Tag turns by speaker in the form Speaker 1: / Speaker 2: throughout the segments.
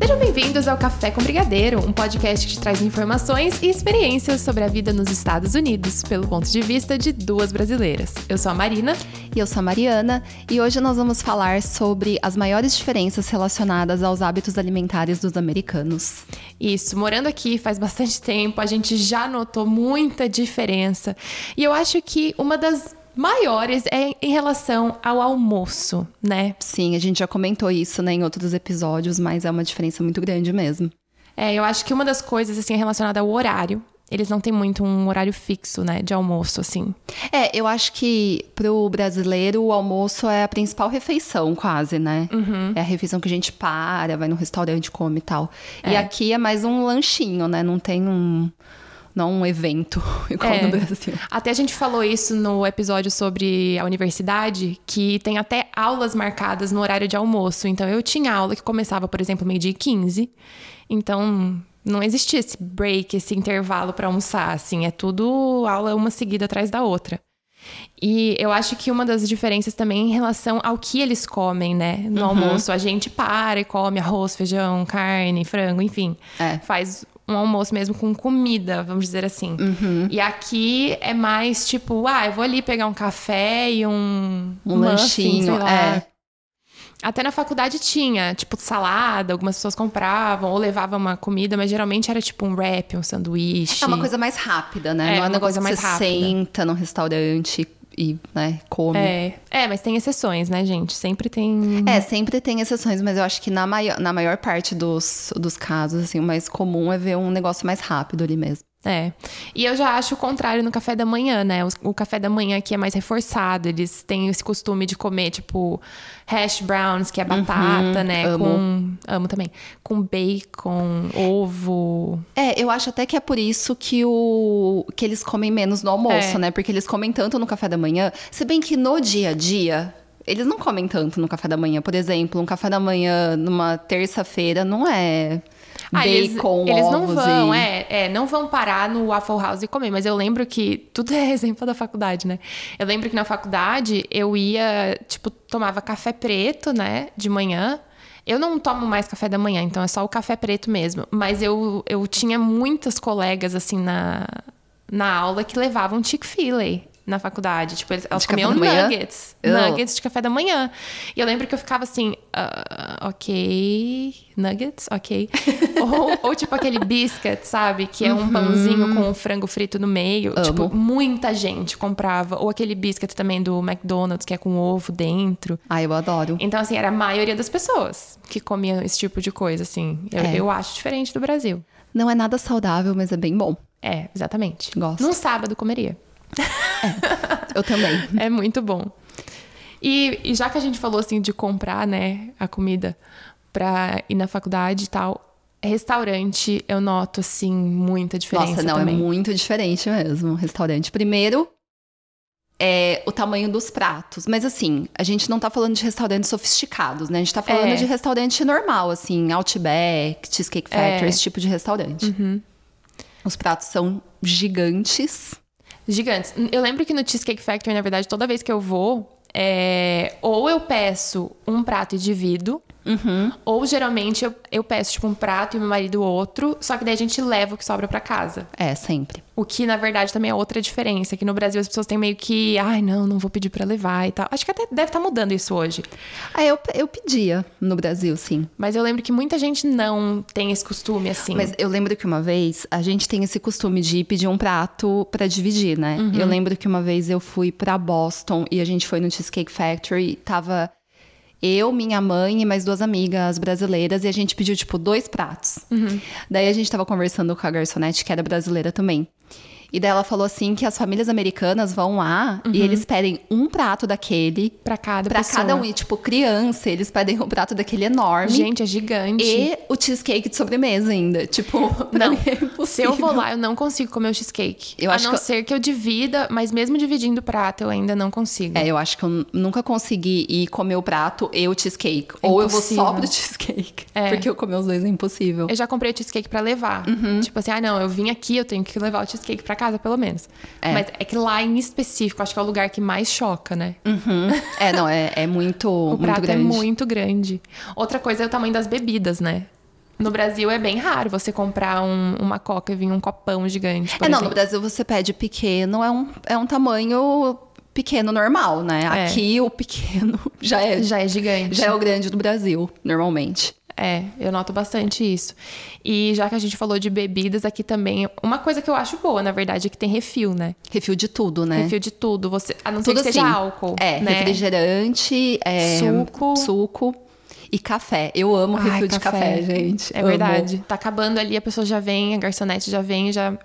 Speaker 1: Sejam bem-vindos ao Café com Brigadeiro, um podcast que te traz informações e experiências sobre a vida nos Estados Unidos, pelo ponto de vista de duas brasileiras. Eu sou a Marina.
Speaker 2: E eu sou a Mariana e hoje nós vamos falar sobre as maiores diferenças relacionadas aos hábitos alimentares dos americanos.
Speaker 1: Isso, morando aqui faz bastante tempo, a gente já notou muita diferença. E eu acho que uma das maiores é em relação ao almoço, né?
Speaker 2: Sim, a gente já comentou isso né, em outros episódios, mas é uma diferença muito grande mesmo.
Speaker 1: É, eu acho que uma das coisas assim é relacionada ao horário. Eles não têm muito um horário fixo, né, de almoço assim.
Speaker 2: É, eu acho que pro brasileiro o almoço é a principal refeição, quase, né?
Speaker 1: Uhum.
Speaker 2: É a refeição que a gente para, vai no restaurante, come e tal. E
Speaker 1: É.
Speaker 2: aqui é mais um lanchinho, né? Não tem um. Não um evento igual
Speaker 1: É.
Speaker 2: no Brasil.
Speaker 1: Até a gente falou isso no episódio sobre a universidade, que tem até aulas marcadas no horário de almoço. Então eu tinha aula que começava, por exemplo, meio-dia e 15. Então não existia esse break, esse intervalo para almoçar, assim, é tudo aula uma seguida atrás da outra. E eu acho que uma das diferenças também é em relação ao que eles comem, né? No almoço, a gente para e come arroz, feijão, carne, frango, enfim.
Speaker 2: É.
Speaker 1: Faz um almoço mesmo com comida, vamos dizer assim. E aqui é mais tipo, ah, eu vou ali pegar um café e um,
Speaker 2: Um
Speaker 1: muffin,
Speaker 2: lanchinho,
Speaker 1: sei lá.
Speaker 2: é.
Speaker 1: Até na faculdade tinha, tipo, salada, algumas pessoas compravam ou levavam uma comida, mas geralmente era tipo um wrap, um sanduíche.
Speaker 2: É uma coisa mais rápida, né?
Speaker 1: É,
Speaker 2: não é um
Speaker 1: uma coisa
Speaker 2: negócio que
Speaker 1: mais
Speaker 2: você
Speaker 1: rápida.
Speaker 2: senta num restaurante e, né, come.
Speaker 1: É. é, mas tem exceções, né, gente? Sempre tem.
Speaker 2: É, sempre tem exceções, mas eu acho que na maior, na maior parte dos, dos casos, assim, o mais comum é ver um negócio mais rápido ali mesmo.
Speaker 1: É. E eu já acho o contrário no café da manhã, né? O, o café da manhã aqui é mais reforçado. Eles têm esse costume de comer, tipo, hash browns, que é batata, né? Com. Amo também. Com bacon, ovo.
Speaker 2: É, eu acho até que é por isso que, o, que eles comem menos no almoço,
Speaker 1: É.
Speaker 2: né? Porque eles comem tanto no café da manhã, se bem que no dia a dia. Eles não comem tanto no café da manhã. Por exemplo, um café da manhã numa terça-feira não é
Speaker 1: Ah, eles-
Speaker 2: bacon,
Speaker 1: eles, não
Speaker 2: ovos
Speaker 1: vão,
Speaker 2: e...
Speaker 1: é, é, não vão parar no Waffle House e comer, mas eu lembro que tudo é exemplo da faculdade, né? Eu lembro que na faculdade eu ia, tipo, tomava café preto, né, de manhã. Eu não tomo mais café da manhã, então é só o café preto mesmo, mas eu, eu tinha muitas colegas assim na na aula que levavam Chick-fil-A na faculdade, tipo, eles, elas
Speaker 2: café
Speaker 1: comiam
Speaker 2: da manhã?
Speaker 1: nuggets,
Speaker 2: Eu-
Speaker 1: nuggets de café da manhã. E eu lembro que eu ficava assim, "Ah, ok, nuggets, ok. ou, ou tipo aquele biscuit, sabe? Que é um
Speaker 2: Uhum.
Speaker 1: pãozinho com um frango frito no meio. Tipo, muita gente comprava. Ou aquele biscuit também do McDonald's, que é com ovo dentro.
Speaker 2: Ah, eu adoro.
Speaker 1: Então, assim, era a maioria das pessoas que comiam esse tipo de coisa, assim. Eu,
Speaker 2: É.
Speaker 1: eu acho diferente do Brasil.
Speaker 2: Não é nada saudável, mas é bem bom.
Speaker 1: É, exatamente.
Speaker 2: Gosto.
Speaker 1: Num sábado comeria.
Speaker 2: Eu também.
Speaker 1: É muito bom. E, e já que a gente falou assim de comprar, né, a comida pra ir na faculdade e tal, restaurante eu noto assim muita diferença
Speaker 2: Nossa, não,
Speaker 1: também.
Speaker 2: é muito diferente mesmo. Restaurante. Primeiro, é o tamanho dos pratos. Mas assim, a gente não tá falando de restaurantes sofisticados, né? A gente tá falando
Speaker 1: É.
Speaker 2: de restaurante normal, assim, Outback, Cheesecake Factory,
Speaker 1: É. Uhum.
Speaker 2: esse tipo de restaurante. Os pratos são gigantes.
Speaker 1: Gigantes. Eu lembro que no Cheesecake Factory, na verdade, toda vez que eu vou, é, ou eu peço um prato e divido,
Speaker 2: Uhum.
Speaker 1: ou geralmente eu, eu peço tipo um prato e meu marido outro, só que daí a gente leva o que sobra pra casa.
Speaker 2: É, sempre.
Speaker 1: O que, na verdade, também é outra diferença. Que no Brasil as pessoas têm meio que, ai, não, não vou pedir pra levar e tal. Acho que até deve estar mudando isso hoje.
Speaker 2: Ah, eu, eu pedia no Brasil, sim.
Speaker 1: Mas eu lembro que muita gente não tem esse costume, assim.
Speaker 2: Mas eu lembro que uma vez a gente tem esse costume de pedir um prato pra dividir, né?
Speaker 1: Uhum.
Speaker 2: Eu lembro que uma vez eu fui pra Boston e a gente foi no Cheesecake Factory, tava eu, minha mãe e mais duas amigas brasileiras e a gente pediu tipo dois pratos.
Speaker 1: Uhum.
Speaker 2: Daí a gente tava conversando com a garçonete que era brasileira também. E daí ela falou assim que as famílias americanas vão lá e eles pedem um prato daquele
Speaker 1: pra cada
Speaker 2: pra
Speaker 1: Uhum. pessoa.
Speaker 2: cada um, e tipo criança, eles pedem um prato daquele enorme.
Speaker 1: Gente, é gigante.
Speaker 2: E o cheesecake de sobremesa ainda. Tipo, pra
Speaker 1: Não.
Speaker 2: mim é
Speaker 1: Se
Speaker 2: impossível.
Speaker 1: eu vou lá, eu não consigo comer o cheesecake.
Speaker 2: Eu
Speaker 1: a
Speaker 2: acho
Speaker 1: não
Speaker 2: que eu-
Speaker 1: ser que eu divida, mas mesmo dividindo o prato, eu ainda não consigo.
Speaker 2: É, eu acho que eu n- nunca consegui ir comer o prato e o cheesecake. Ou eu vou só
Speaker 1: impossível.
Speaker 2: pro cheesecake.
Speaker 1: É.
Speaker 2: Porque eu comer os dois é impossível.
Speaker 1: Eu já comprei o cheesecake pra levar.
Speaker 2: Uhum.
Speaker 1: Tipo assim, ah, não, eu vim aqui, eu tenho que levar o cheesecake pra casa, pelo menos. Mas é que lá em específico, acho que é o lugar que mais choca, né?
Speaker 2: Uhum. É, não, é, é muito,
Speaker 1: O prato
Speaker 2: muito grande.
Speaker 1: é muito grande. Outra coisa é o tamanho das bebidas, né? No Brasil é bem raro você comprar um- uma coca e vir um copão gigante. por
Speaker 2: É, não, no
Speaker 1: exemplo.
Speaker 2: Brasil você pede pequeno, é um, é um tamanho pequeno normal, né?
Speaker 1: É.
Speaker 2: Aqui o pequeno já é,
Speaker 1: Já é gigante.
Speaker 2: já é o grande do Brasil, normalmente.
Speaker 1: É, eu noto bastante isso. E já que a gente falou de bebidas aqui também, uma coisa que eu acho boa, na verdade, é que tem refil, né?
Speaker 2: Refil de tudo, né?
Speaker 1: Refil de tudo. Você, a não ser
Speaker 2: tudo
Speaker 1: que seja
Speaker 2: assim.
Speaker 1: álcool.
Speaker 2: É,
Speaker 1: né?
Speaker 2: refrigerante, é,
Speaker 1: Suco.
Speaker 2: suco e café. Eu amo
Speaker 1: Ai,
Speaker 2: refil de café, gente.
Speaker 1: É
Speaker 2: Amo.
Speaker 1: verdade. Tá acabando ali, a pessoa já vem, a garçonete já vem, já.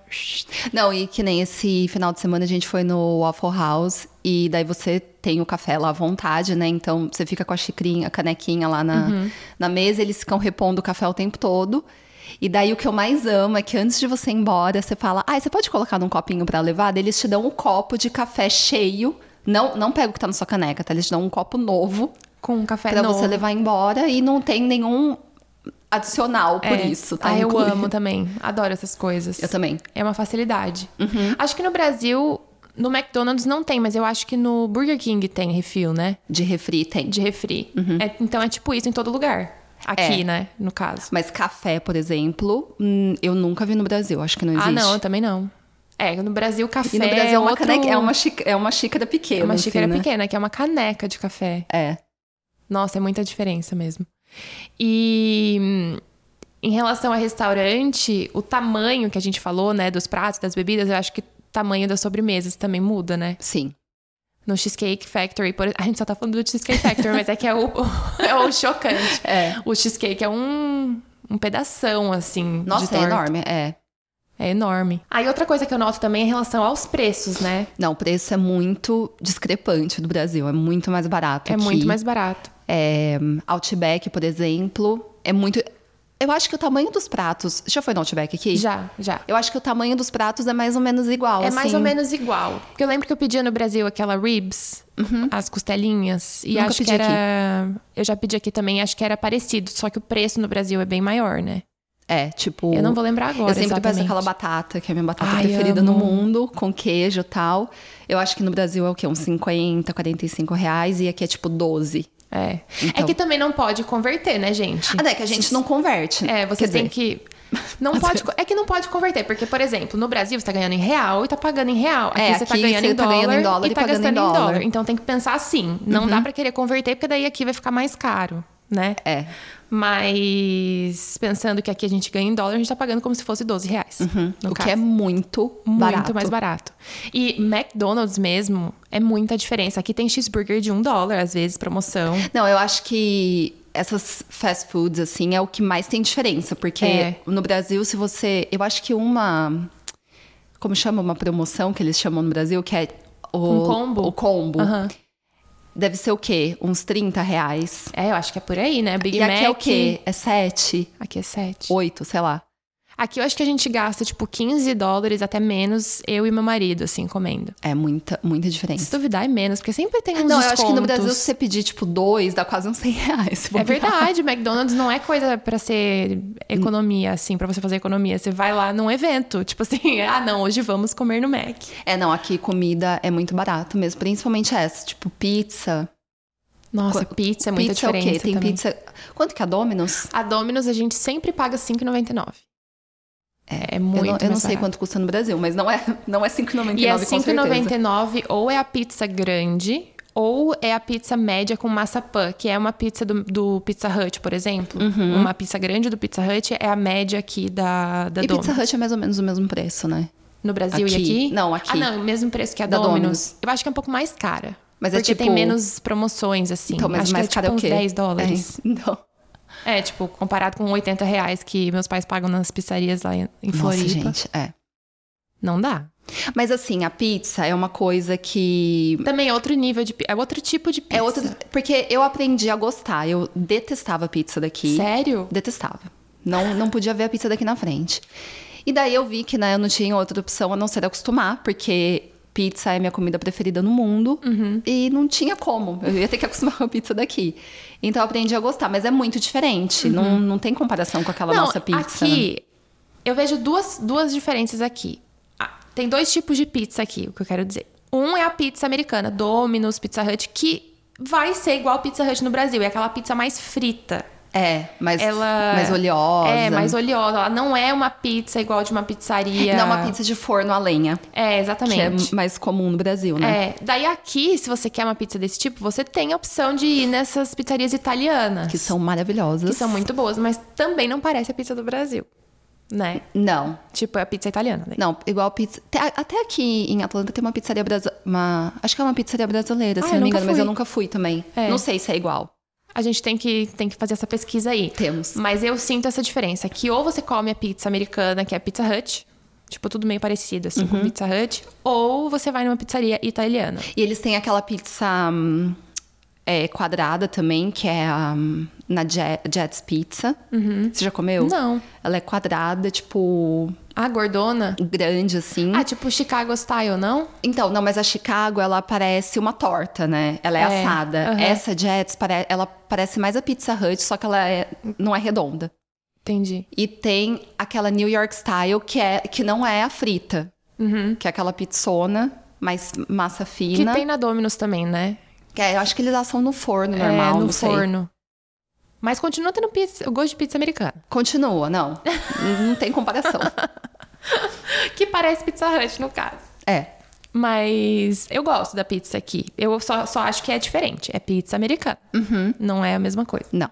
Speaker 2: Não, e que nem esse final de semana a gente foi no Waffle House e daí você tem o café lá à vontade, né? Então você fica com a xicrinha, a canequinha lá na,
Speaker 1: Uhum.
Speaker 2: na mesa, eles ficam repondo o café o tempo todo. E daí o que eu mais amo é que antes de você ir embora, você fala: "Ah, você pode colocar num copinho pra levar?" Daí eles te dão um copo de café cheio. Não, não pega o que tá na sua caneca, tá? Eles te dão um copo novo
Speaker 1: Com um café
Speaker 2: pra
Speaker 1: novo.
Speaker 2: você levar embora e não tem nenhum adicional por
Speaker 1: É.
Speaker 2: isso, tá?
Speaker 1: Ah, eu
Speaker 2: incluído.
Speaker 1: amo também. Adoro essas coisas.
Speaker 2: Eu também. Uhum.
Speaker 1: É uma facilidade. Acho que no Brasil, no McDonald's não tem, mas eu acho que no Burger King tem refil, né?
Speaker 2: De refri tem.
Speaker 1: De refri. É- então é tipo isso em todo lugar. Aqui,
Speaker 2: Uhum. É.
Speaker 1: né? No caso.
Speaker 2: Mas café, por exemplo, hum, eu nunca vi no Brasil. Acho que não existe.
Speaker 1: Ah, não, eu também não. É, no Brasil, café
Speaker 2: E no Brasil é uma,
Speaker 1: outro...
Speaker 2: caneca- é uma, xíca- é uma xícara pequena.
Speaker 1: é uma xícara
Speaker 2: assim, né?
Speaker 1: pequena, que é uma caneca de café.
Speaker 2: É.
Speaker 1: Nossa, é muita diferença mesmo. E hum, em relação a restaurante, o tamanho que a gente falou, né, dos pratos, das bebidas, eu acho que o tamanho das sobremesas também muda, né?
Speaker 2: Sim.
Speaker 1: No Cheesecake Factory, por... a gente só tá falando do Cheesecake Factory, mas é que é o, é o chocante.
Speaker 2: É.
Speaker 1: O cheesecake é um, um pedação, assim, de
Speaker 2: Nossa, é
Speaker 1: torta.
Speaker 2: enorme. É.
Speaker 1: É enorme. Aí outra coisa que eu noto também é em relação aos preços, né?
Speaker 2: Não, o preço é muito discrepante do Brasil. É muito mais barato.
Speaker 1: É
Speaker 2: aqui.
Speaker 1: muito mais barato.
Speaker 2: É, Outback, por exemplo, é muito. Eu acho que o tamanho dos pratos. Já foi no Outback aqui?
Speaker 1: Já, já.
Speaker 2: Eu acho que o tamanho dos pratos é mais ou menos igual.
Speaker 1: É mais
Speaker 2: assim.
Speaker 1: ou menos igual. Porque eu lembro que eu pedia no Brasil aquela ribs, as costelinhas. E
Speaker 2: Uhum. Nunca
Speaker 1: acho que
Speaker 2: pedi aqui.
Speaker 1: era. Eu já pedi aqui também, acho que era parecido. Só que o preço no Brasil é bem maior, né?
Speaker 2: É, tipo.
Speaker 1: Eu não vou lembrar agora.
Speaker 2: Eu sempre peço
Speaker 1: exatamente.
Speaker 2: aquela batata, que é a minha batata
Speaker 1: Ai,
Speaker 2: preferida no
Speaker 1: amo.
Speaker 2: mundo, com queijo e tal. Eu acho que no Brasil é o quê? Uns 50, 45 reais e aqui é tipo 12.
Speaker 1: É. É
Speaker 2: Então.
Speaker 1: que também não pode converter, né, gente?
Speaker 2: Ah, né? Que a gente não converte. né?
Speaker 1: É, você
Speaker 2: Quer
Speaker 1: tem
Speaker 2: dizer,
Speaker 1: que. Não
Speaker 2: Às
Speaker 1: pode. co- É que não pode converter, porque, por exemplo, no Brasil você tá ganhando em real e tá pagando em real. Aqui
Speaker 2: É,
Speaker 1: você tá
Speaker 2: aqui
Speaker 1: ganhando,
Speaker 2: você
Speaker 1: em,
Speaker 2: tá
Speaker 1: dólar
Speaker 2: ganhando em dólar
Speaker 1: e
Speaker 2: e
Speaker 1: tá
Speaker 2: pagando em
Speaker 1: gastando em dólar.
Speaker 2: dólar. Uhum.
Speaker 1: Então tem que pensar assim. Não dá pra querer converter, porque daí aqui vai ficar mais caro, né?
Speaker 2: É.
Speaker 1: Mas pensando que aqui a gente ganha em dólar, a gente tá pagando como se fosse 12 reais. no
Speaker 2: O
Speaker 1: caso.
Speaker 2: que é muito,
Speaker 1: muito
Speaker 2: barato.
Speaker 1: mais barato. E McDonald's mesmo é muita diferença. Aqui tem cheeseburger de um dólar, às vezes, promoção.
Speaker 2: Não, eu acho que essas fast foods, assim, é o que mais tem diferença. Porque
Speaker 1: É.
Speaker 2: no Brasil, se você. Eu acho que uma. Como chama? Uma promoção que eles chamam no Brasil, que é. O,
Speaker 1: Um combo?
Speaker 2: O combo.
Speaker 1: Aham.
Speaker 2: Deve ser o quê? Uns 30 reais.
Speaker 1: É, eu acho que é por aí, né? Big
Speaker 2: E
Speaker 1: Mac.
Speaker 2: aqui é o quê? É 7,
Speaker 1: Aqui é 7.
Speaker 2: 8, sei lá.
Speaker 1: Aqui eu acho que a gente gasta, tipo, 15 dólares até menos, eu e meu marido, assim, comendo.
Speaker 2: É muita, muita
Speaker 1: Se
Speaker 2: diferença.
Speaker 1: duvidar, é menos, porque sempre tem uns
Speaker 2: Não, eu acho que no
Speaker 1: descontos.
Speaker 2: Brasil, se você pedir, tipo, dois, dá quase uns 100 reais.
Speaker 1: É
Speaker 2: se bobear.
Speaker 1: verdade, McDonald's não é coisa pra ser economia, assim, pra você fazer economia. Você vai lá num evento, tipo assim, ah, não, hoje vamos comer no Mac.
Speaker 2: É, não, aqui comida é muito barato mesmo. Principalmente essa, tipo, pizza.
Speaker 1: Nossa,
Speaker 2: Qu-
Speaker 1: pizza é muita
Speaker 2: pizza
Speaker 1: diferença
Speaker 2: é o quê? Tem
Speaker 1: também.
Speaker 2: pizza... Quanto que é a Domino's?
Speaker 1: A Domino's a gente sempre paga R$5,99. É, é
Speaker 2: Eu
Speaker 1: muito
Speaker 2: não, eu não
Speaker 1: mais
Speaker 2: sei
Speaker 1: barato.
Speaker 2: quanto custa no Brasil, mas não é, não é 5,99
Speaker 1: E é
Speaker 2: com certeza.
Speaker 1: 5,99 ou é a pizza grande ou é a pizza média com massa pan, que é uma pizza do, do Pizza Hut, por exemplo.
Speaker 2: Uhum.
Speaker 1: Uma pizza grande do Pizza Hut é a média aqui da, da
Speaker 2: E
Speaker 1: Domino's.
Speaker 2: Pizza Hut é mais ou menos o mesmo preço, né?
Speaker 1: No Brasil e
Speaker 2: Aqui.
Speaker 1: aqui?
Speaker 2: Não, aqui.
Speaker 1: Ah, não, mesmo preço que a
Speaker 2: Da
Speaker 1: Domino's.
Speaker 2: Domino's.
Speaker 1: Eu acho que é um pouco mais cara.
Speaker 2: Mas é
Speaker 1: porque
Speaker 2: tipo-
Speaker 1: tem menos promoções, assim.
Speaker 2: Então, mas
Speaker 1: acho
Speaker 2: mais
Speaker 1: que é tipo
Speaker 2: caro é o
Speaker 1: uns
Speaker 2: quê?
Speaker 1: 10 dólares.
Speaker 2: É, então...
Speaker 1: É, tipo, comparado com 80 reais que meus pais pagam nas pizzarias lá em em
Speaker 2: Nossa,
Speaker 1: Floripa.
Speaker 2: gente, é.
Speaker 1: Não dá.
Speaker 2: Mas assim, a pizza é uma coisa que
Speaker 1: Também é outro nível de... pi- É outro tipo de pizza.
Speaker 2: É outro. Porque eu aprendi a gostar. Eu detestava pizza daqui.
Speaker 1: Sério?
Speaker 2: Detestava. Não, não podia ver a pizza daqui na frente. E daí eu vi que né, eu não tinha outra opção a não ser acostumar, porque pizza é minha comida preferida no mundo.
Speaker 1: Uhum.
Speaker 2: E não tinha como. Eu ia ter que acostumar com a pizza daqui. Então eu aprendi a gostar, mas é muito diferente. Não, não tem comparação com aquela
Speaker 1: Uhum. Não,
Speaker 2: nossa pizza. né?
Speaker 1: aqui eu vejo duas, duas diferenças aqui. Ah, tem dois tipos de pizza aqui, o que eu quero dizer. Um é a pizza americana, Domino's, Pizza Hut, que vai ser igual a Pizza Hut no Brasil. É aquela pizza mais frita.
Speaker 2: É, mas
Speaker 1: Ela-
Speaker 2: mais oleosa.
Speaker 1: É, mais oleosa. Ela não é uma pizza igual de uma pizzaria.
Speaker 2: Não uma pizza de forno a lenha,
Speaker 1: É,
Speaker 2: que é
Speaker 1: exatamente.
Speaker 2: mais comum no Brasil, né?
Speaker 1: É, daí aqui, se você quer uma pizza desse tipo, você tem a opção de ir nessas pizzarias italianas.
Speaker 2: Que são maravilhosas.
Speaker 1: É. que são muito boas, mas também não parece a pizza do Brasil, né?
Speaker 2: Não,
Speaker 1: Tipo, é a pizza italiana. Né?
Speaker 2: não, igual pizza. te- Até aqui em Atlanta tem uma pizzaria brasileira. Acho que é uma pizzaria brasileira,
Speaker 1: Ah,
Speaker 2: se
Speaker 1: eu
Speaker 2: não me
Speaker 1: nunca
Speaker 2: engano, mas eu
Speaker 1: fui.
Speaker 2: nunca fui também.
Speaker 1: É.
Speaker 2: Não sei se é igual.
Speaker 1: A gente tem que, tem que fazer essa pesquisa aí.
Speaker 2: Temos.
Speaker 1: Mas eu sinto essa diferença, que ou você come a pizza americana, que é a Pizza Hut, tipo, tudo meio parecido, assim, com Pizza Hut, ou você vai numa pizzaria italiana.
Speaker 2: E eles têm aquela pizza hum, é, quadrada também, que é hum, na Je- Jets Pizza. Você já comeu?
Speaker 1: Uhum. Não.
Speaker 2: Ela é quadrada, tipo,
Speaker 1: A gordona...
Speaker 2: grande assim.
Speaker 1: Ah, tipo Chicago Style, não?
Speaker 2: Então, não, mas a Chicago, ela parece uma torta, né? Ela é,
Speaker 1: É,
Speaker 2: assada.
Speaker 1: aham.
Speaker 2: Essa Jets, pare- ela parece mais a Pizza Hut, só que ela é- não é redonda.
Speaker 1: Entendi.
Speaker 2: E tem aquela New York Style, que, é, que não é a frita. Que é aquela pizzona, mas massa
Speaker 1: Uhum. Que
Speaker 2: fina.
Speaker 1: tem na Domino's também, né?
Speaker 2: Que é- eu acho que eles assam no forno normal,
Speaker 1: é, no
Speaker 2: não sei.
Speaker 1: forno. Mas continua tendo pizza, o gosto de pizza americana.
Speaker 2: Continua, não. não tem comparação.
Speaker 1: Que parece Pizza Hut, no caso.
Speaker 2: É.
Speaker 1: Mas eu gosto da pizza aqui. Eu só, só acho que é diferente. É pizza americana. Não é a mesma coisa.
Speaker 2: Não.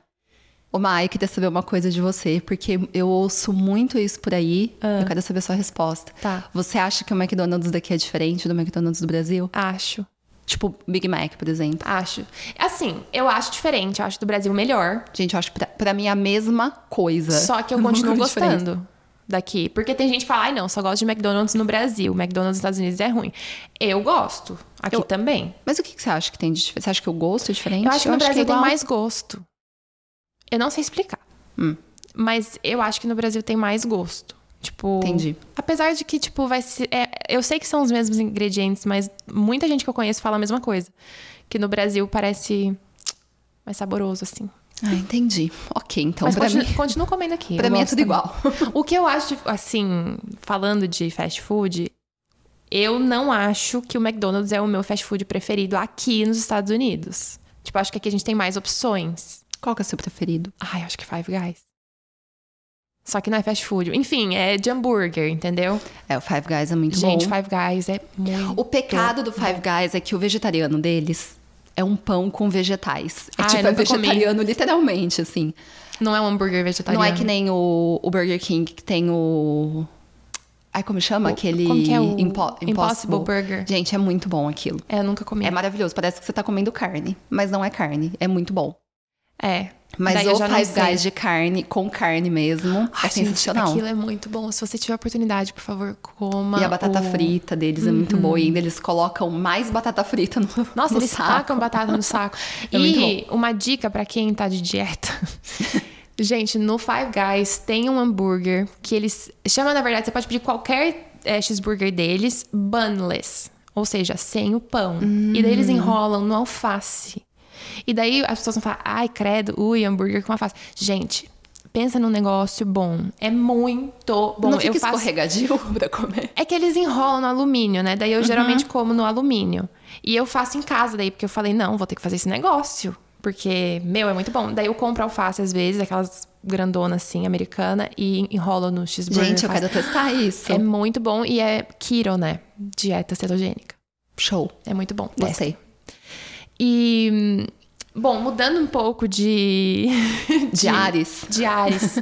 Speaker 2: Ô, Mai, queria saber uma coisa de você, porque eu ouço muito isso por aí. Eu quero saber a sua resposta.
Speaker 1: Ah. Tá.
Speaker 2: Você acha que o McDonald's daqui é diferente do McDonald's do Brasil?
Speaker 1: Acho.
Speaker 2: Tipo, Big Mac, por exemplo.
Speaker 1: Acho. Assim, eu acho diferente. Eu acho do Brasil melhor.
Speaker 2: Gente, eu acho pra, pra mim é a mesma coisa.
Speaker 1: Só que eu
Speaker 2: Não
Speaker 1: continuo
Speaker 2: tem diferença.
Speaker 1: gostando daqui. Porque tem gente que fala, ai não, só gosto de McDonald's no Brasil. McDonald's nos Estados Unidos é ruim. Eu gosto. Aqui
Speaker 2: Eu-
Speaker 1: também.
Speaker 2: Mas o que que você acha que tem de diferente? Você acha que o gosto é diferente?
Speaker 1: Eu acho que no Brasil tem
Speaker 2: é igual.
Speaker 1: mais gosto. Eu não sei explicar.
Speaker 2: Hum.
Speaker 1: Mas eu acho que no Brasil tem mais gosto. Tipo.
Speaker 2: Entendi.
Speaker 1: Apesar de que, tipo, vai ser. é, eu sei que são os mesmos ingredientes, mas muita gente que eu conheço fala a mesma coisa. Que no Brasil parece mais saboroso, assim.
Speaker 2: Ah, entendi. Ok, então,
Speaker 1: mas
Speaker 2: pra
Speaker 1: continu,
Speaker 2: mim,
Speaker 1: continuo comendo aqui.
Speaker 2: pra
Speaker 1: eu
Speaker 2: mim é
Speaker 1: gosto
Speaker 2: tudo
Speaker 1: também.
Speaker 2: igual.
Speaker 1: O que eu acho, assim, falando de fast food, eu não acho que o McDonald's é o meu fast food preferido aqui nos Estados Unidos. Tipo, acho que aqui a gente tem mais opções.
Speaker 2: Qual que é o seu preferido?
Speaker 1: Ai, acho que Five Guys. Só que não é fast food. Enfim, é de hambúrguer, entendeu?
Speaker 2: É, o Five Guys é muito
Speaker 1: Gente,
Speaker 2: bom.
Speaker 1: Five Guys é muito.
Speaker 2: O pecado do Five Guys é que o vegetariano deles é um pão com vegetais. É
Speaker 1: Ah, eu
Speaker 2: tipo, é
Speaker 1: nunca comi.
Speaker 2: vegetariano literalmente, assim.
Speaker 1: Não é um hambúrguer vegetariano.
Speaker 2: Não é que nem o, o Burger King que tem o. Ai, como chama? Aquele.
Speaker 1: como que é o-
Speaker 2: Impo-
Speaker 1: Impossible Burger.
Speaker 2: Gente, é muito bom aquilo.
Speaker 1: É, eu nunca comi.
Speaker 2: É maravilhoso. Parece que você tá comendo carne, mas não é carne. É muito bom.
Speaker 1: É.
Speaker 2: Mas
Speaker 1: Daí eu
Speaker 2: o
Speaker 1: já não
Speaker 2: Five
Speaker 1: sei.
Speaker 2: Guys de carne, com carne mesmo,
Speaker 1: Ai,
Speaker 2: é
Speaker 1: gente,
Speaker 2: sensacional.
Speaker 1: Aquilo é muito bom. Se você tiver oportunidade, por favor, coma.
Speaker 2: E a batata
Speaker 1: o-
Speaker 2: frita deles é muito boa. E ainda eles colocam mais batata frita no
Speaker 1: Uhum. Nossa,
Speaker 2: no
Speaker 1: eles
Speaker 2: saco.
Speaker 1: tacam batata no saco.
Speaker 2: É
Speaker 1: e
Speaker 2: muito
Speaker 1: uma dica pra quem tá de dieta. Gente, no Five Guys tem um hambúrguer que eles chama, na verdade, você pode pedir qualquer eh, cheeseburger deles, bunless, ou seja, sem o pão. E daí
Speaker 2: Hum.
Speaker 1: eles enrolam no alface. E daí as pessoas vão falar: "Ai, credo, ui, hambúrguer com alface". Gente, pensa num negócio bom. É muito é bom.
Speaker 2: não fica
Speaker 1: eu faço
Speaker 2: escorregadio pra comer.
Speaker 1: é que eles enrolam no alumínio, né? Daí eu
Speaker 2: Uhum.
Speaker 1: geralmente como no alumínio. E eu faço em casa daí, porque eu falei, não, vou ter que fazer esse negócio. Porque, meu, é muito bom. Daí eu compro alface às vezes, aquelas grandonas assim, americana, e enrolo no cheeseburger.
Speaker 2: Gente, eu
Speaker 1: faço.
Speaker 2: quero testar isso.
Speaker 1: É muito bom e é keto, né? Dieta cetogênica.
Speaker 2: show.
Speaker 1: É muito bom. Testa.
Speaker 2: Gostei.
Speaker 1: E, hum, bom, mudando um pouco de...
Speaker 2: De Ares.
Speaker 1: de Ares.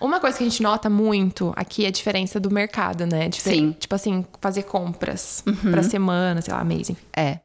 Speaker 1: Uma coisa que a gente nota muito aqui é a diferença do mercado, né? De,
Speaker 2: Sim. Uhum.
Speaker 1: Tipo assim, fazer compras pra semana, sei lá, mês, enfim.
Speaker 2: É.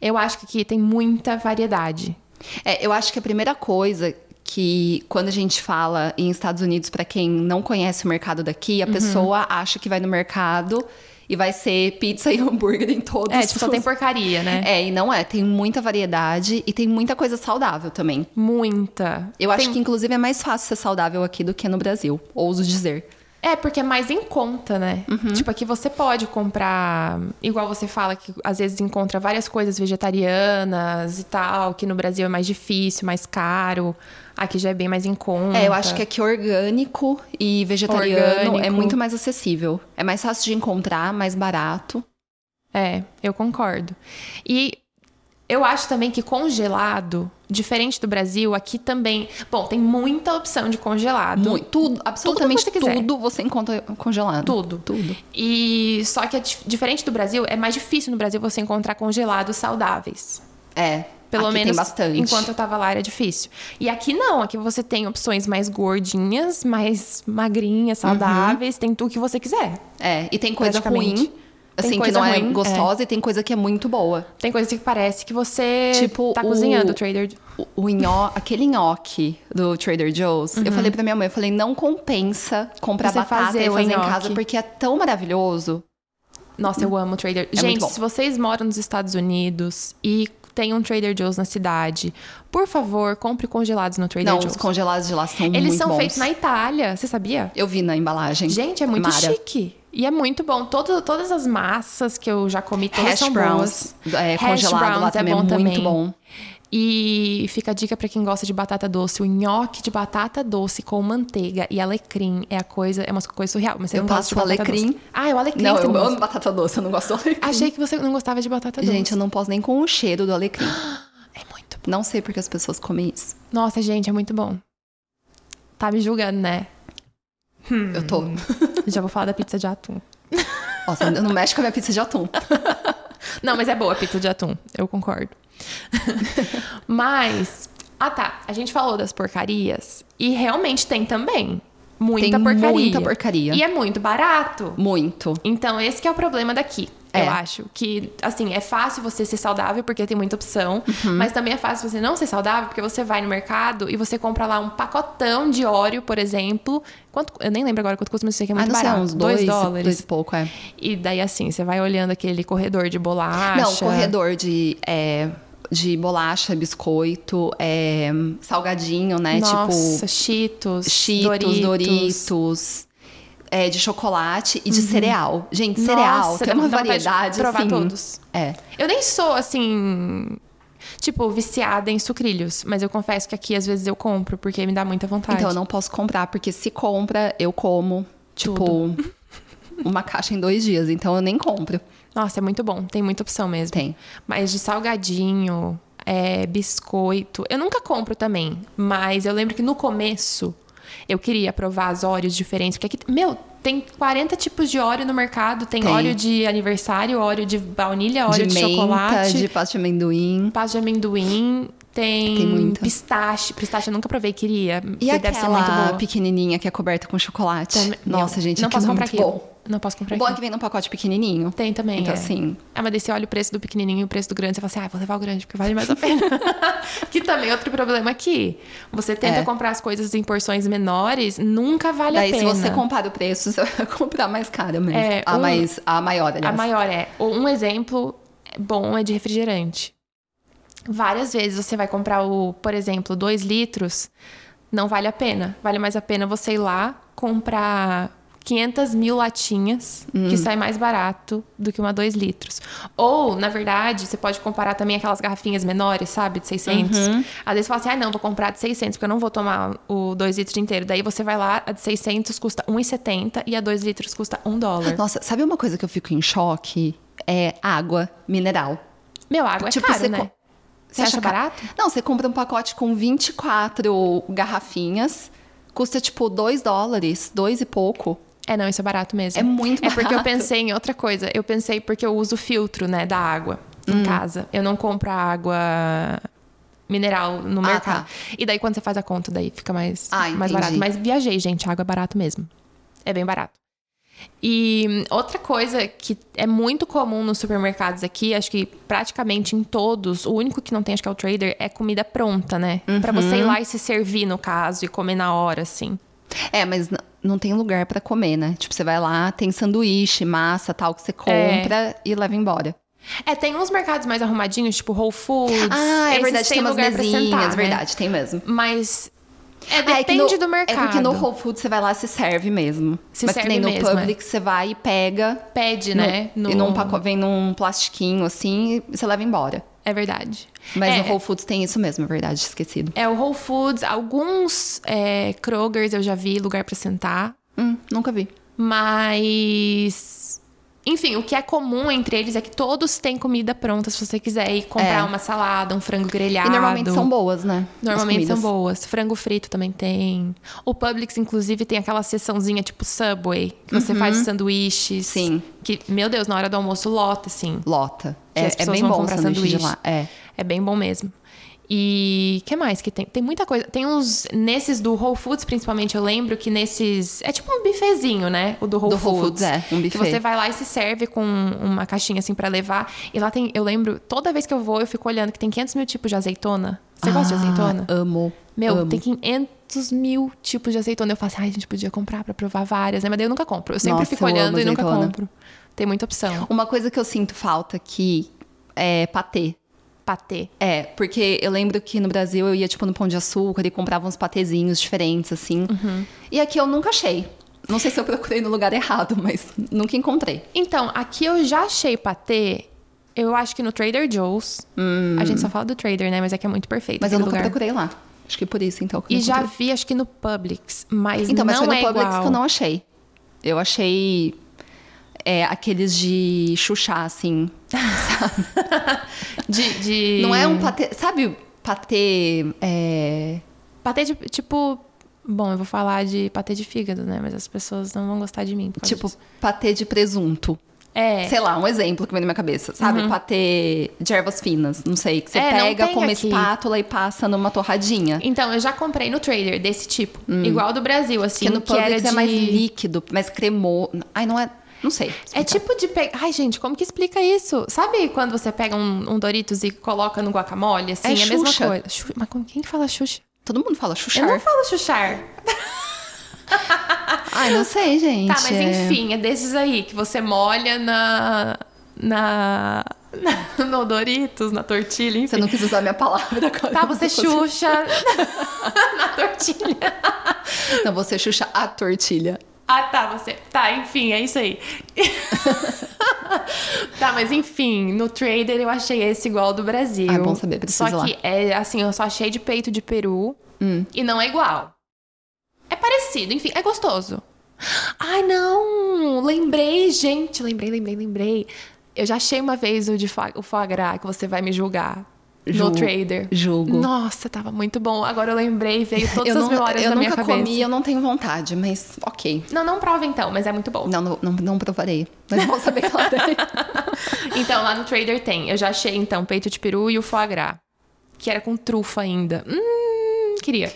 Speaker 1: Eu acho que aqui tem muita variedade.
Speaker 2: É, Eu acho que a primeira coisa que quando a gente fala em Estados Unidos, pra quem não conhece o mercado daqui,
Speaker 1: Uhum.
Speaker 2: a pessoa acha que vai no mercado e vai ser pizza e hambúrguer em todos
Speaker 1: É, tipo, só
Speaker 2: os...
Speaker 1: tem porcaria, né?
Speaker 2: É, e não é. Tem muita variedade e tem muita coisa saudável também.
Speaker 1: Muita.
Speaker 2: Eu acho
Speaker 1: Tem-
Speaker 2: que, inclusive, é mais fácil ser saudável aqui do que no Brasil. Ouso dizer.
Speaker 1: É, porque é mais em conta, né?
Speaker 2: Uhum.
Speaker 1: Tipo, aqui você pode comprar. Igual você fala que às vezes encontra várias coisas vegetarianas e tal, que no Brasil é mais difícil, mais caro. Aqui já é bem mais em conta.
Speaker 2: É, eu acho que aqui orgânico e vegetariano é
Speaker 1: Orgânico.
Speaker 2: muito mais acessível. É mais fácil de encontrar, mais barato.
Speaker 1: É, eu concordo. E Eu acho também que congelado, diferente do Brasil, aqui também. Bom, tem muita opção de congelado.
Speaker 2: Muito, tudo, absolutamente
Speaker 1: você
Speaker 2: tudo,
Speaker 1: quiser.
Speaker 2: você encontra congelado.
Speaker 1: Tudo.
Speaker 2: Tudo.
Speaker 1: E só que é dif- diferente do Brasil, é mais difícil no Brasil você encontrar congelados saudáveis.
Speaker 2: É.
Speaker 1: Pelo
Speaker 2: aqui
Speaker 1: menos
Speaker 2: tem bastante.
Speaker 1: enquanto eu tava lá era difícil. E aqui não, aqui você tem opções mais gordinhas, mais magrinhas,
Speaker 2: Uhum.
Speaker 1: saudáveis, tem tudo que você quiser.
Speaker 2: É, e tem coisa
Speaker 1: Praticamente.
Speaker 2: ruim,
Speaker 1: Tem
Speaker 2: assim, que
Speaker 1: coisa
Speaker 2: não é
Speaker 1: ruim,
Speaker 2: gostosa, e tem coisa que é muito boa.
Speaker 1: Tem coisa que parece que você
Speaker 2: Tipo
Speaker 1: tá
Speaker 2: o-
Speaker 1: cozinhando, trader.
Speaker 2: O, o nho- aquele nhoque do Trader Joe's, eu falei pra minha mãe, eu falei, não compensa comprar
Speaker 1: Uhum. Você
Speaker 2: batata
Speaker 1: fazer
Speaker 2: e
Speaker 1: o
Speaker 2: fazer em
Speaker 1: nhoque.
Speaker 2: casa, porque é tão maravilhoso.
Speaker 1: Nossa, eu amo o Trader.
Speaker 2: É muito
Speaker 1: Gente,
Speaker 2: bom.
Speaker 1: se vocês moram nos Estados Unidos e tem um Trader Joe's na cidade, por favor, compre congelados no Trader
Speaker 2: não,
Speaker 1: Joe's.
Speaker 2: os congelados de lá são muito
Speaker 1: Eles são
Speaker 2: bons.
Speaker 1: feitos na Itália, você sabia?
Speaker 2: Eu vi na embalagem.
Speaker 1: Gente, é muito
Speaker 2: Mara.
Speaker 1: chique. E é muito bom. Todo, todas as massas que eu já comi, todas
Speaker 2: Hash
Speaker 1: são
Speaker 2: browns,
Speaker 1: boas.
Speaker 2: é,
Speaker 1: Hash
Speaker 2: congelado lá
Speaker 1: browns é
Speaker 2: também é,
Speaker 1: bom
Speaker 2: muito
Speaker 1: também.
Speaker 2: bom.
Speaker 1: E fica a dica pra quem gosta de batata doce. O nhoque de batata doce com manteiga e alecrim é a coisa, é uma coisa surreal. Mas você
Speaker 2: Eu
Speaker 1: não gosta de
Speaker 2: passo
Speaker 1: batata
Speaker 2: alecrim.
Speaker 1: doce. Ah, é o alecrim.
Speaker 2: Não,
Speaker 1: que você
Speaker 2: eu
Speaker 1: gosta.
Speaker 2: amo batata doce, eu não gosto do alecrim.
Speaker 1: Achei que você não gostava de batata doce.
Speaker 2: Gente, eu não posso nem com o cheiro do alecrim.
Speaker 1: É muito
Speaker 2: Não sei porque as pessoas comem isso.
Speaker 1: Nossa, gente, é muito bom. Tá me julgando, né? Hum.
Speaker 2: Eu tô.
Speaker 1: Já vou falar da pizza de atum.
Speaker 2: Nossa, não mexe com a minha pizza de atum.
Speaker 1: Não, mas é boa a pizza de atum, eu concordo. mas. Ah, tá. A gente falou das porcarias. E realmente tem também. Muita
Speaker 2: Tem
Speaker 1: porcaria.
Speaker 2: muita porcaria.
Speaker 1: E é muito barato.
Speaker 2: Muito.
Speaker 1: Então, esse que é o problema daqui.
Speaker 2: É.
Speaker 1: Eu acho que, assim, é fácil você ser saudável porque tem muita opção,
Speaker 2: Uhum.
Speaker 1: mas também é fácil você não ser saudável porque você vai no mercado e você compra lá um pacotão de óleo, por exemplo. Quanto, eu nem lembro agora quanto custa, mas eu sei que é
Speaker 2: ah,
Speaker 1: muito
Speaker 2: não sei,
Speaker 1: barato.
Speaker 2: uns
Speaker 1: Dois
Speaker 2: dois,
Speaker 1: dólares.
Speaker 2: dois e pouco, é.
Speaker 1: E daí, assim, você vai olhando aquele corredor de bolacha.
Speaker 2: Não, corredor de, é, de bolacha, biscoito, é, salgadinho, né?
Speaker 1: Nossa,
Speaker 2: tipo,
Speaker 1: Cheetos,
Speaker 2: Cheetos, Doritos, é, de chocolate e de cereal. Gente, cereal
Speaker 1: Uhum. Nossa,
Speaker 2: tem
Speaker 1: dá-
Speaker 2: uma
Speaker 1: dá vontade de
Speaker 2: variedade,
Speaker 1: provar
Speaker 2: assim.
Speaker 1: todos.
Speaker 2: É.
Speaker 1: Eu nem sou assim, tipo, viciada em sucrilhos, mas eu confesso que aqui às vezes eu compro, porque me dá muita vontade.
Speaker 2: Então, eu não posso comprar, porque se compra, eu como, tipo, uma caixa em dois dias. Então, eu nem compro.
Speaker 1: Nossa, é muito bom, tem muita opção mesmo.
Speaker 2: Tem.
Speaker 1: Mas de salgadinho, é, biscoito. Eu nunca compro também, mas eu lembro que no começo eu queria provar as óleos diferentes, porque aqui, meu, tem 40 tipos de óleo no mercado. Tem,
Speaker 2: Tem.
Speaker 1: óleo de aniversário, óleo de baunilha, óleo de,
Speaker 2: menta,
Speaker 1: chocolate,
Speaker 2: de pasta de amendoim.
Speaker 1: pasta de amendoim, tem,
Speaker 2: Tem muita.
Speaker 1: pistache. Pistache eu nunca provei, queria.
Speaker 2: E
Speaker 1: que deve ser muito
Speaker 2: aquela
Speaker 1: boa.
Speaker 2: pequenininha que é coberta com chocolate.
Speaker 1: Também-
Speaker 2: Nossa,
Speaker 1: meu,
Speaker 2: gente,
Speaker 1: não
Speaker 2: aquilo
Speaker 1: posso
Speaker 2: é
Speaker 1: comprar
Speaker 2: muito
Speaker 1: aquilo.
Speaker 2: bom.
Speaker 1: Não posso comprar
Speaker 2: O bom é
Speaker 1: aquilo.
Speaker 2: que vem num pacote pequenininho.
Speaker 1: Tem também.
Speaker 2: Então,
Speaker 1: é.
Speaker 2: assim...
Speaker 1: Ah, mas desse olha o preço do pequenininho e o preço do grande. Você fala assim, ah, vou levar o grande, porque vale mais a pena. que também é outro problema aqui. Você tenta
Speaker 2: É.
Speaker 1: comprar as coisas em porções menores, nunca vale
Speaker 2: Daí,
Speaker 1: a
Speaker 2: se
Speaker 1: pena.
Speaker 2: você compara o preço, você vai comprar mais cara mesmo.
Speaker 1: É,
Speaker 2: a,
Speaker 1: um-
Speaker 2: mais, a maior,
Speaker 1: A
Speaker 2: aliás.
Speaker 1: maior é. ou Um exemplo bom é de refrigerante. Várias vezes você vai comprar o, por exemplo, 2 litros, não vale a pena. Vale mais a pena você ir lá comprar 500 mil latinhas,
Speaker 2: Hum.
Speaker 1: que sai mais barato do que uma 2 litros. Ou, na verdade, você pode comparar também aquelas garrafinhas menores, sabe, de 600.
Speaker 2: Uhum.
Speaker 1: Às vezes você fala assim, ah, não, vou comprar a de 600, porque eu não vou tomar o 2 litros inteiro. Daí você vai lá, a de 600 custa 1,70 e a 2 litros custa 1 dólar.
Speaker 2: Nossa, sabe uma coisa que eu fico em choque? É água mineral.
Speaker 1: Meu, água é
Speaker 2: Tipo,
Speaker 1: caro,
Speaker 2: você
Speaker 1: né?
Speaker 2: co-
Speaker 1: Você acha
Speaker 2: ca-
Speaker 1: barato?
Speaker 2: Não, você compra um pacote com 24 garrafinhas, custa tipo 2 dólares, dois e pouco.
Speaker 1: É, não, isso é barato mesmo.
Speaker 2: É muito
Speaker 1: É porque eu
Speaker 2: barato.
Speaker 1: pensei em outra coisa. Eu pensei porque eu uso filtro, né, da água em
Speaker 2: Hum.
Speaker 1: casa. Eu não compro a água mineral no
Speaker 2: Ah,
Speaker 1: mercado.
Speaker 2: tá.
Speaker 1: E daí quando você faz a conta, daí fica mais,
Speaker 2: Ah,
Speaker 1: mais
Speaker 2: entendi.
Speaker 1: barato. Mas viajei, gente, a água é barato mesmo. É bem barato. E hum, outra coisa que é muito comum nos supermercados aqui, acho que praticamente em todos, o único que não tem, acho que é o trader, é comida pronta, né? Pra você ir
Speaker 2: Uhum.
Speaker 1: lá e se servir, no caso, e comer na hora, assim.
Speaker 2: É, mas n- não tem lugar pra comer, né? Tipo, você vai lá, tem sanduíche, massa, tal, que você compra e leva embora.
Speaker 1: É, tem uns mercados mais arrumadinhos, tipo Whole Foods.
Speaker 2: Ah, é
Speaker 1: esses
Speaker 2: verdade, tem umas
Speaker 1: lugar pra
Speaker 2: mesinhas,
Speaker 1: sentar, né?
Speaker 2: verdade, tem mesmo.
Speaker 1: Mas é,
Speaker 2: Ah, é que no-
Speaker 1: depende do mercado.
Speaker 2: É porque no Whole Foods você vai lá e se serve mesmo.
Speaker 1: Se
Speaker 2: mas
Speaker 1: serve
Speaker 2: que nem no
Speaker 1: mesmo, é.
Speaker 2: Publix você vai e pega.
Speaker 1: Pede,
Speaker 2: no-
Speaker 1: né?
Speaker 2: E num pacote, vem num plastiquinho assim e você leva embora.
Speaker 1: É verdade.
Speaker 2: Mas
Speaker 1: é,
Speaker 2: no Whole Foods tem isso mesmo, é verdade, esquecido.
Speaker 1: é o Whole Foods, alguns é, Krogers eu já vi lugar pra sentar,
Speaker 2: Hum, nunca vi.
Speaker 1: mas Enfim, o que é comum entre eles é que todos têm comida pronta se você quiser ir comprar
Speaker 2: É.
Speaker 1: uma salada, um frango grelhado.
Speaker 2: E normalmente são boas, né? As
Speaker 1: Normalmente são
Speaker 2: comidas.
Speaker 1: boas. Frango frito também tem. O Publix, inclusive, tem aquela seçãozinha tipo Subway, que você faz sanduíches.
Speaker 2: Uhum. Sim.
Speaker 1: Que, meu Deus, na hora do almoço lota, assim.
Speaker 2: Lota.
Speaker 1: Que
Speaker 2: É,
Speaker 1: as
Speaker 2: é
Speaker 1: pessoas
Speaker 2: bem
Speaker 1: vão
Speaker 2: bom o
Speaker 1: comprar
Speaker 2: sanduíche, de
Speaker 1: sanduíche.
Speaker 2: lá. É.
Speaker 1: É bem bom mesmo. E que mais que tem? Tem muita coisa. Tem uns. Nesses do Whole Foods, principalmente, eu lembro que nesses. É tipo um bifezinho, né? O do Whole
Speaker 2: Do
Speaker 1: Foods.
Speaker 2: Whole Foods, é, um
Speaker 1: Que
Speaker 2: buffet.
Speaker 1: você vai lá e se serve com uma caixinha assim pra levar. E lá tem. Eu lembro, toda vez que eu vou, eu fico olhando que tem 500 mil tipos de azeitona. Você gosta de
Speaker 2: Ah,
Speaker 1: azeitona?
Speaker 2: Amo.
Speaker 1: Meu,
Speaker 2: amo.
Speaker 1: tem 500 mil tipos de azeitona. Eu falo assim, ai, a gente podia comprar pra provar várias, né? Mas daí eu nunca compro. Eu sempre
Speaker 2: Nossa,
Speaker 1: fico
Speaker 2: eu amo
Speaker 1: olhando e nunca
Speaker 2: azeitona.
Speaker 1: compro. Tem muita opção.
Speaker 2: Uma coisa que eu sinto falta aqui é patê.
Speaker 1: Patê.
Speaker 2: É, porque eu lembro que no Brasil eu ia, tipo, no Pão de Açúcar e comprava uns patezinhos diferentes, assim.
Speaker 1: Uhum.
Speaker 2: E aqui eu nunca achei. Não sei se eu procurei no lugar errado, mas nunca encontrei.
Speaker 1: Então, aqui eu já achei patê. Eu acho que no Trader Joe's. A gente só fala do Trader, né? Mas é que é muito perfeito.
Speaker 2: Hum. Mas eu
Speaker 1: aquele
Speaker 2: nunca
Speaker 1: lugar.
Speaker 2: procurei lá. Acho que por isso, então. que eu
Speaker 1: E
Speaker 2: não
Speaker 1: já
Speaker 2: encontrei.
Speaker 1: vi, acho que no Publix. Mas não
Speaker 2: Então, mas foi no
Speaker 1: é
Speaker 2: Publix
Speaker 1: igual.
Speaker 2: que eu não achei. Eu achei é, aqueles de chuchá, assim.
Speaker 1: De, de-
Speaker 2: Não é um patê. Sabe, patê. É...
Speaker 1: Patê de, tipo... Bom, eu vou falar de patê de fígado, né? Mas as pessoas não vão gostar de mim por causa
Speaker 2: Tipo,
Speaker 1: disso.
Speaker 2: patê de presunto.
Speaker 1: É. Uhum.
Speaker 2: Sei lá, um exemplo que vem na minha cabeça, sabe? Patê de ervas finas, não sei. Que você
Speaker 1: É, não
Speaker 2: pega
Speaker 1: tem
Speaker 2: com uma
Speaker 1: aqui.
Speaker 2: espátula e passa numa torradinha.
Speaker 1: Então, eu já comprei no Trader desse tipo. Igual do Brasil, assim.
Speaker 2: Hum. Porque
Speaker 1: que
Speaker 2: no
Speaker 1: era
Speaker 2: Publix
Speaker 1: de...
Speaker 2: é mais líquido, mais cremoso. Ai, não é... Não sei.
Speaker 1: É tipo de pegar. Ai, gente, como que explica isso? Sabe quando você pega um, um Doritos e coloca no guacamole? Assim,
Speaker 2: É
Speaker 1: a mesma
Speaker 2: Xuxa.
Speaker 1: coisa. Xu- Mas como... quem que fala Xuxa?
Speaker 2: Todo mundo fala chuchar.
Speaker 1: Eu não falo Xuxar.
Speaker 2: Ai, não sei, gente.
Speaker 1: Tá, mas
Speaker 2: É-
Speaker 1: enfim, é desses aí que você molha na. na. na- no Doritos, na tortilha, enfim.
Speaker 2: Você não quis usar minha palavra agora.
Speaker 1: Tá, você
Speaker 2: Não tô
Speaker 1: Xuxa na tortilha.
Speaker 2: conseguindo. Não, Então, você chucha a tortilha.
Speaker 1: Ah, tá, você. Tá, enfim, é isso aí. tá, mas enfim, no Trader eu achei esse igual ao do Brasil.
Speaker 2: Ah, é bom saber, preciso Hum.
Speaker 1: Só que é assim, eu só achei de peito de peru e não é igual. É parecido, enfim, é gostoso. Ai, não! Lembrei, gente, lembrei, lembrei, lembrei. Eu já achei uma vez o de foie, o foie gras que você vai me julgar no
Speaker 2: Julgo.
Speaker 1: Trader.
Speaker 2: Julgo.
Speaker 1: Nossa, tava muito bom. Agora eu lembrei, veio todas
Speaker 2: eu
Speaker 1: as
Speaker 2: não-
Speaker 1: memórias
Speaker 2: eu
Speaker 1: da minha
Speaker 2: nunca
Speaker 1: cabeça.
Speaker 2: comi, eu não tenho vontade, mas ok.
Speaker 1: Não, não prova então, mas é muito bom.
Speaker 2: Não, não, não, não provarei. Mas eu vou saber que ela tem.
Speaker 1: Então, lá no Trader tem. Eu já achei, então, peito de peru e o foie gras. Que era com trufa ainda. Hum, queria.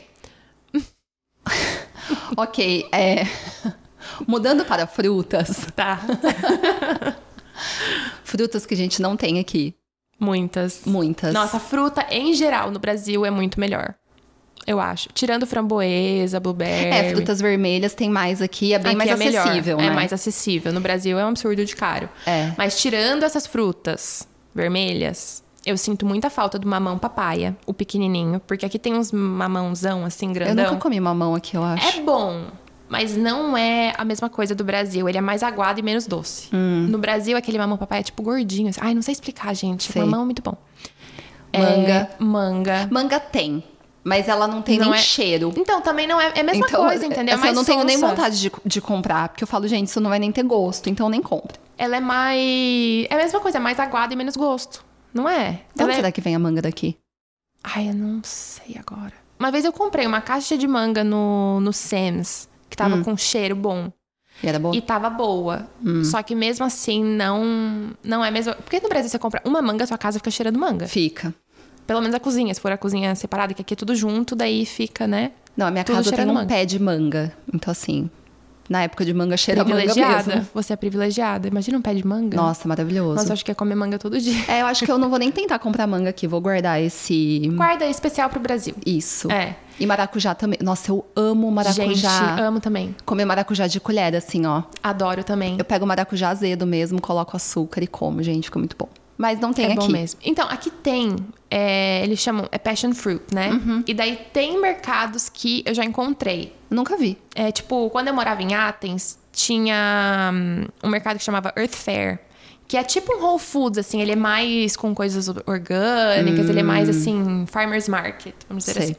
Speaker 2: Ok, é... Mudando para frutas.
Speaker 1: Tá.
Speaker 2: Frutas que a gente não tem aqui.
Speaker 1: Muitas.
Speaker 2: Muitas.
Speaker 1: Nossa, fruta em geral no Brasil é muito melhor. Eu acho. Tirando framboesa, blueberry.
Speaker 2: É, frutas vermelhas tem mais aqui, é bem
Speaker 1: Aqui
Speaker 2: mais
Speaker 1: é melhor,
Speaker 2: acessível, né?
Speaker 1: É mais acessível. No Brasil é um absurdo de caro.
Speaker 2: É.
Speaker 1: Mas tirando essas frutas vermelhas, eu sinto muita falta do mamão papaya, o pequenininho. Porque aqui tem uns mamãozão, assim,
Speaker 2: Eu
Speaker 1: grandão.
Speaker 2: nunca comi mamão aqui, eu acho.
Speaker 1: É bom, mas não é a mesma coisa do Brasil. Ele é mais aguado e menos doce.
Speaker 2: Hum.
Speaker 1: No Brasil, aquele mamão papai é tipo gordinho. assim. Ai, não sei explicar, gente.
Speaker 2: Sei.
Speaker 1: Mamão é muito bom.
Speaker 2: Manga.
Speaker 1: É, manga.
Speaker 2: Manga tem, mas ela não tem
Speaker 1: Não
Speaker 2: nem
Speaker 1: é-
Speaker 2: cheiro.
Speaker 1: Então, também não é, é a mesma coisa, entendeu? É
Speaker 2: assim, eu
Speaker 1: mais
Speaker 2: não tenho nem
Speaker 1: sonsa.
Speaker 2: vontade de, de comprar, porque eu falo, gente, isso não vai nem ter gosto, então nem compro.
Speaker 1: Ela é mais. É a mesma coisa, é mais aguada e menos gosto. Não é?
Speaker 2: De
Speaker 1: Ela
Speaker 2: onde
Speaker 1: é-
Speaker 2: será que vem a manga daqui?
Speaker 1: Ai, eu não sei agora. Uma vez eu comprei uma caixa de manga no, no Sam's, que tava
Speaker 2: Hum.
Speaker 1: com um cheiro bom.
Speaker 2: E era boa?
Speaker 1: E tava boa.
Speaker 2: Hum.
Speaker 1: Só que mesmo assim, não não é mesmo. Porque no Brasil você compra uma manga, sua casa fica cheirando manga.
Speaker 2: Fica.
Speaker 1: Pelo menos a cozinha, se for a cozinha separada, que aqui é tudo junto, daí fica, né?
Speaker 2: Não, a minha
Speaker 1: Tudo
Speaker 2: casa tem
Speaker 1: cheirando
Speaker 2: um
Speaker 1: manga.
Speaker 2: pé de manga. Então, assim, na época de manga cheira a manga mesmo.
Speaker 1: Privilegiada. Você é privilegiada. Imagina um pé de manga.
Speaker 2: Nossa, maravilhoso.
Speaker 1: Nossa, eu acho que ia comer manga todo dia.
Speaker 2: É, eu acho que eu não vou nem tentar comprar manga aqui, vou guardar esse.
Speaker 1: Guarda aí, especial pro Brasil.
Speaker 2: Isso.
Speaker 1: É.
Speaker 2: E maracujá também. Nossa, eu amo
Speaker 1: Gente,
Speaker 2: maracujá.
Speaker 1: amo também.
Speaker 2: Comer maracujá de colher, assim, ó.
Speaker 1: Adoro também.
Speaker 2: Eu pego maracujá azedo mesmo, coloco açúcar e como, gente, fica muito bom. Mas não tem
Speaker 1: é
Speaker 2: aqui.
Speaker 1: bom mesmo. Então, aqui tem, é, eles chamam, é passion fruit, né?
Speaker 2: Uhum.
Speaker 1: E daí tem mercados que eu já encontrei.
Speaker 2: Nunca vi.
Speaker 1: É, tipo, quando eu morava em Athens, tinha hum, um mercado que chamava Earth Fair. Que é tipo um Whole Foods, assim. Ele é mais com coisas orgânicas, ele é mais, assim, farmer's market, vamos dizer
Speaker 2: Sei.
Speaker 1: assim.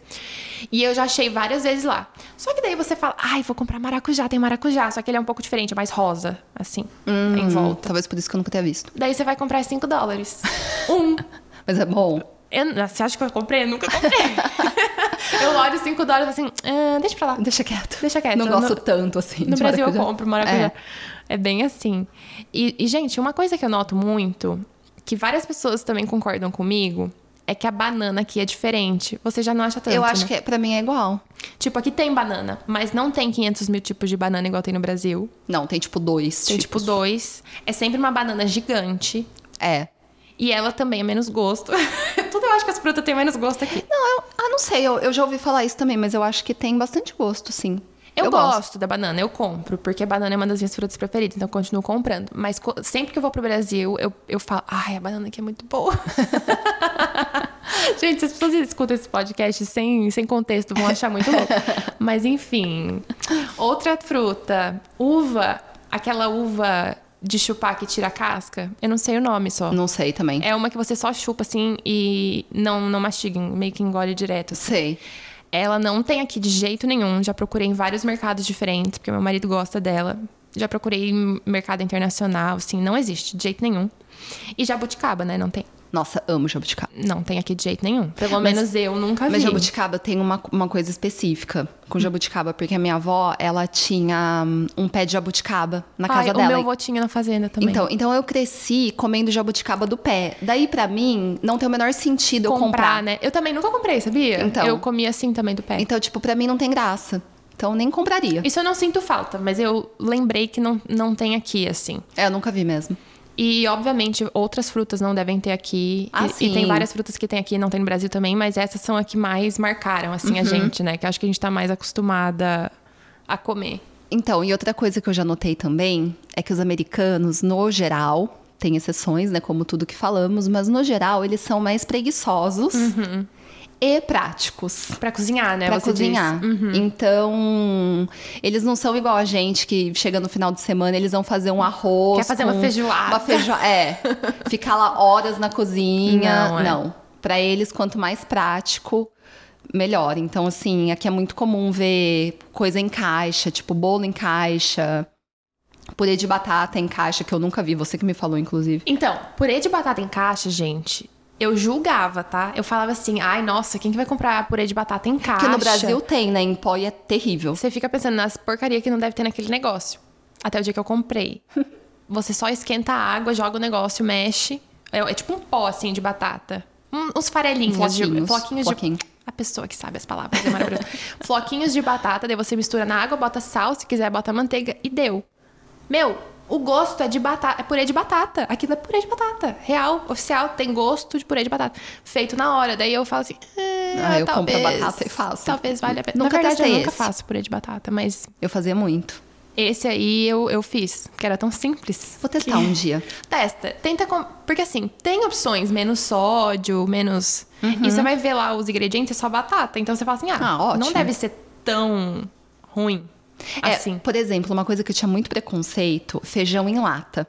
Speaker 1: E eu já achei várias vezes lá. Só que daí você fala, ai, vou comprar maracujá, tem maracujá. Só que ele é um pouco diferente, é mais rosa, assim, em volta.
Speaker 2: Talvez por isso que eu nunca tenha visto.
Speaker 1: Daí você vai comprar 5 dólares. Um.
Speaker 2: Mas é bom.
Speaker 1: Eu- você acha que eu comprei? Eu nunca comprei. eu olho 5 dólares e falo assim, "Ah, deixa pra lá.
Speaker 2: Deixa quieto.
Speaker 1: Deixa quieto.
Speaker 2: Não gosto
Speaker 1: No-
Speaker 2: tanto assim.
Speaker 1: No
Speaker 2: de
Speaker 1: Brasil eu
Speaker 2: maracujá.
Speaker 1: compro maracujá.
Speaker 2: É.
Speaker 1: É, bem assim. E, e, gente, uma coisa que eu noto muito, que várias pessoas também concordam comigo, é que a banana aqui é diferente. Você já não acha tanto,
Speaker 2: Eu acho
Speaker 1: né?
Speaker 2: que é- pra mim é igual.
Speaker 1: Tipo, aqui tem banana, mas não tem 500 mil tipos de banana igual tem no Brasil.
Speaker 2: Não, tem tipo dois.
Speaker 1: Tem tipo dois. É sempre uma banana gigante.
Speaker 2: É.
Speaker 1: E ela também é menos gosto. Tudo eu acho que as frutas têm menos gosto aqui.
Speaker 2: Não, eu, ah, não sei, eu, eu já ouvi falar isso também, mas eu acho que tem bastante gosto, sim.
Speaker 1: Eu, gosto. da banana, eu compro, porque a banana é uma das minhas frutas preferidas, então eu continuo comprando. Mas co- sempre que eu vou pro Brasil, eu, eu falo, ai, a banana aqui é muito boa. Gente, se as pessoas escutam esse podcast sem, sem contexto, vão achar muito louco. Mas enfim. Outra fruta, uva, aquela uva de chupar que tira a casca, eu não sei o nome só.
Speaker 2: Não sei também.
Speaker 1: É uma que você só chupa assim e não, não mastiga, meio que engole direto.
Speaker 2: Sei.
Speaker 1: Ela não tem aqui de jeito nenhum. Já procurei em vários mercados diferentes, porque meu marido gosta dela. Já procurei em mercado internacional, assim, não existe de jeito nenhum. E jabuticaba, né? Não tem.
Speaker 2: Nossa, amo jabuticaba.
Speaker 1: Não tem aqui de jeito nenhum. Pelo
Speaker 2: Mas-
Speaker 1: menos eu nunca vi. Hum.
Speaker 2: Mas jabuticaba tem uma, uma coisa específica com jabuticaba, porque a minha avó, ela tinha hum, um pé de jabuticaba na
Speaker 1: Ai,
Speaker 2: casa
Speaker 1: o
Speaker 2: dela.
Speaker 1: meu avô tinha na fazenda também.
Speaker 2: Então, então eu cresci comendo jabuticaba do pé. Daí pra mim não tem o menor sentido eu comprar.
Speaker 1: né? Eu também nunca comprei, sabia?
Speaker 2: Então.
Speaker 1: Eu comi assim também do pé.
Speaker 2: Então, tipo, pra mim não tem graça. Então nem compraria.
Speaker 1: Isso eu não sinto falta, mas eu lembrei que não, não tem aqui, assim.
Speaker 2: É, eu nunca vi mesmo.
Speaker 1: E, obviamente, outras frutas não devem ter aqui.
Speaker 2: Ah,
Speaker 1: e,
Speaker 2: sim.
Speaker 1: e tem várias frutas que tem aqui e não tem no Brasil também, mas essas são as que mais marcaram, assim,
Speaker 2: Uhum.
Speaker 1: a gente, né? Que eu acho que a gente tá mais acostumada a comer.
Speaker 2: Então, e outra coisa que eu já notei também é que os americanos, no geral, tem exceções, né, como tudo que falamos, mas no geral eles são mais preguiçosos e práticos.
Speaker 1: Pra cozinhar, né?
Speaker 2: Pra
Speaker 1: você diz.
Speaker 2: cozinhar. Então, eles não são igual a gente que chega no final de semana, eles vão fazer um arroz.
Speaker 1: Quer fazer uma
Speaker 2: com
Speaker 1: feijoada.
Speaker 2: Uma feijoada. É. Ficar lá horas na cozinha.
Speaker 1: Não,
Speaker 2: Não.
Speaker 1: é.
Speaker 2: Pra eles, quanto mais prático, melhor. Então, assim, aqui é muito comum ver coisa em caixa, tipo bolo em caixa, purê de batata em caixa, que eu nunca vi, você que me falou, inclusive.
Speaker 1: Então, purê de batata em caixa, gente, eu julgava, tá? Eu falava assim, ai, nossa, quem que vai comprar purê de batata em caixa?
Speaker 2: Porque no Brasil tem, né? Em pó e é terrível.
Speaker 1: Você fica pensando nas porcaria que não deve ter naquele negócio. Até o dia que eu comprei. Você só esquenta a água, joga o negócio, mexe. É, é tipo um pó, assim, de batata. Um- uns farelinhos. De,
Speaker 2: Floquinhos.
Speaker 1: floquinhos
Speaker 2: Floquinho.
Speaker 1: de... A pessoa que sabe as palavras é maravilhosa. floquinhos de batata, daí você mistura na água, bota sal, se quiser bota manteiga e deu. Meu, o gosto é de batata, é purê de batata. Aquilo é purê de batata. Real, oficial, tem gosto de purê de batata. Feito na hora. Daí eu falo assim... "Eh,
Speaker 2: Ah, eu compro a
Speaker 1: talvez-
Speaker 2: batata e faço."
Speaker 1: Talvez valha a pena.
Speaker 2: Nunca
Speaker 1: na verdade, eu
Speaker 2: testei
Speaker 1: nunca
Speaker 2: esse.
Speaker 1: faço purê de batata, mas
Speaker 2: Eu fazia muito.
Speaker 1: esse aí eu, eu fiz, que era tão simples.
Speaker 2: Vou testar um dia.
Speaker 1: Testa, tenta. Com... Porque assim, tem opções, menos sódio, menos. E você vai ver lá os ingredientes, é só batata. Então você fala assim, ah,
Speaker 2: Uhum. Ah, ótimo.
Speaker 1: não deve ser tão ruim.
Speaker 2: É,
Speaker 1: assim.
Speaker 2: Por exemplo, uma coisa que eu tinha muito preconceito, feijão em lata.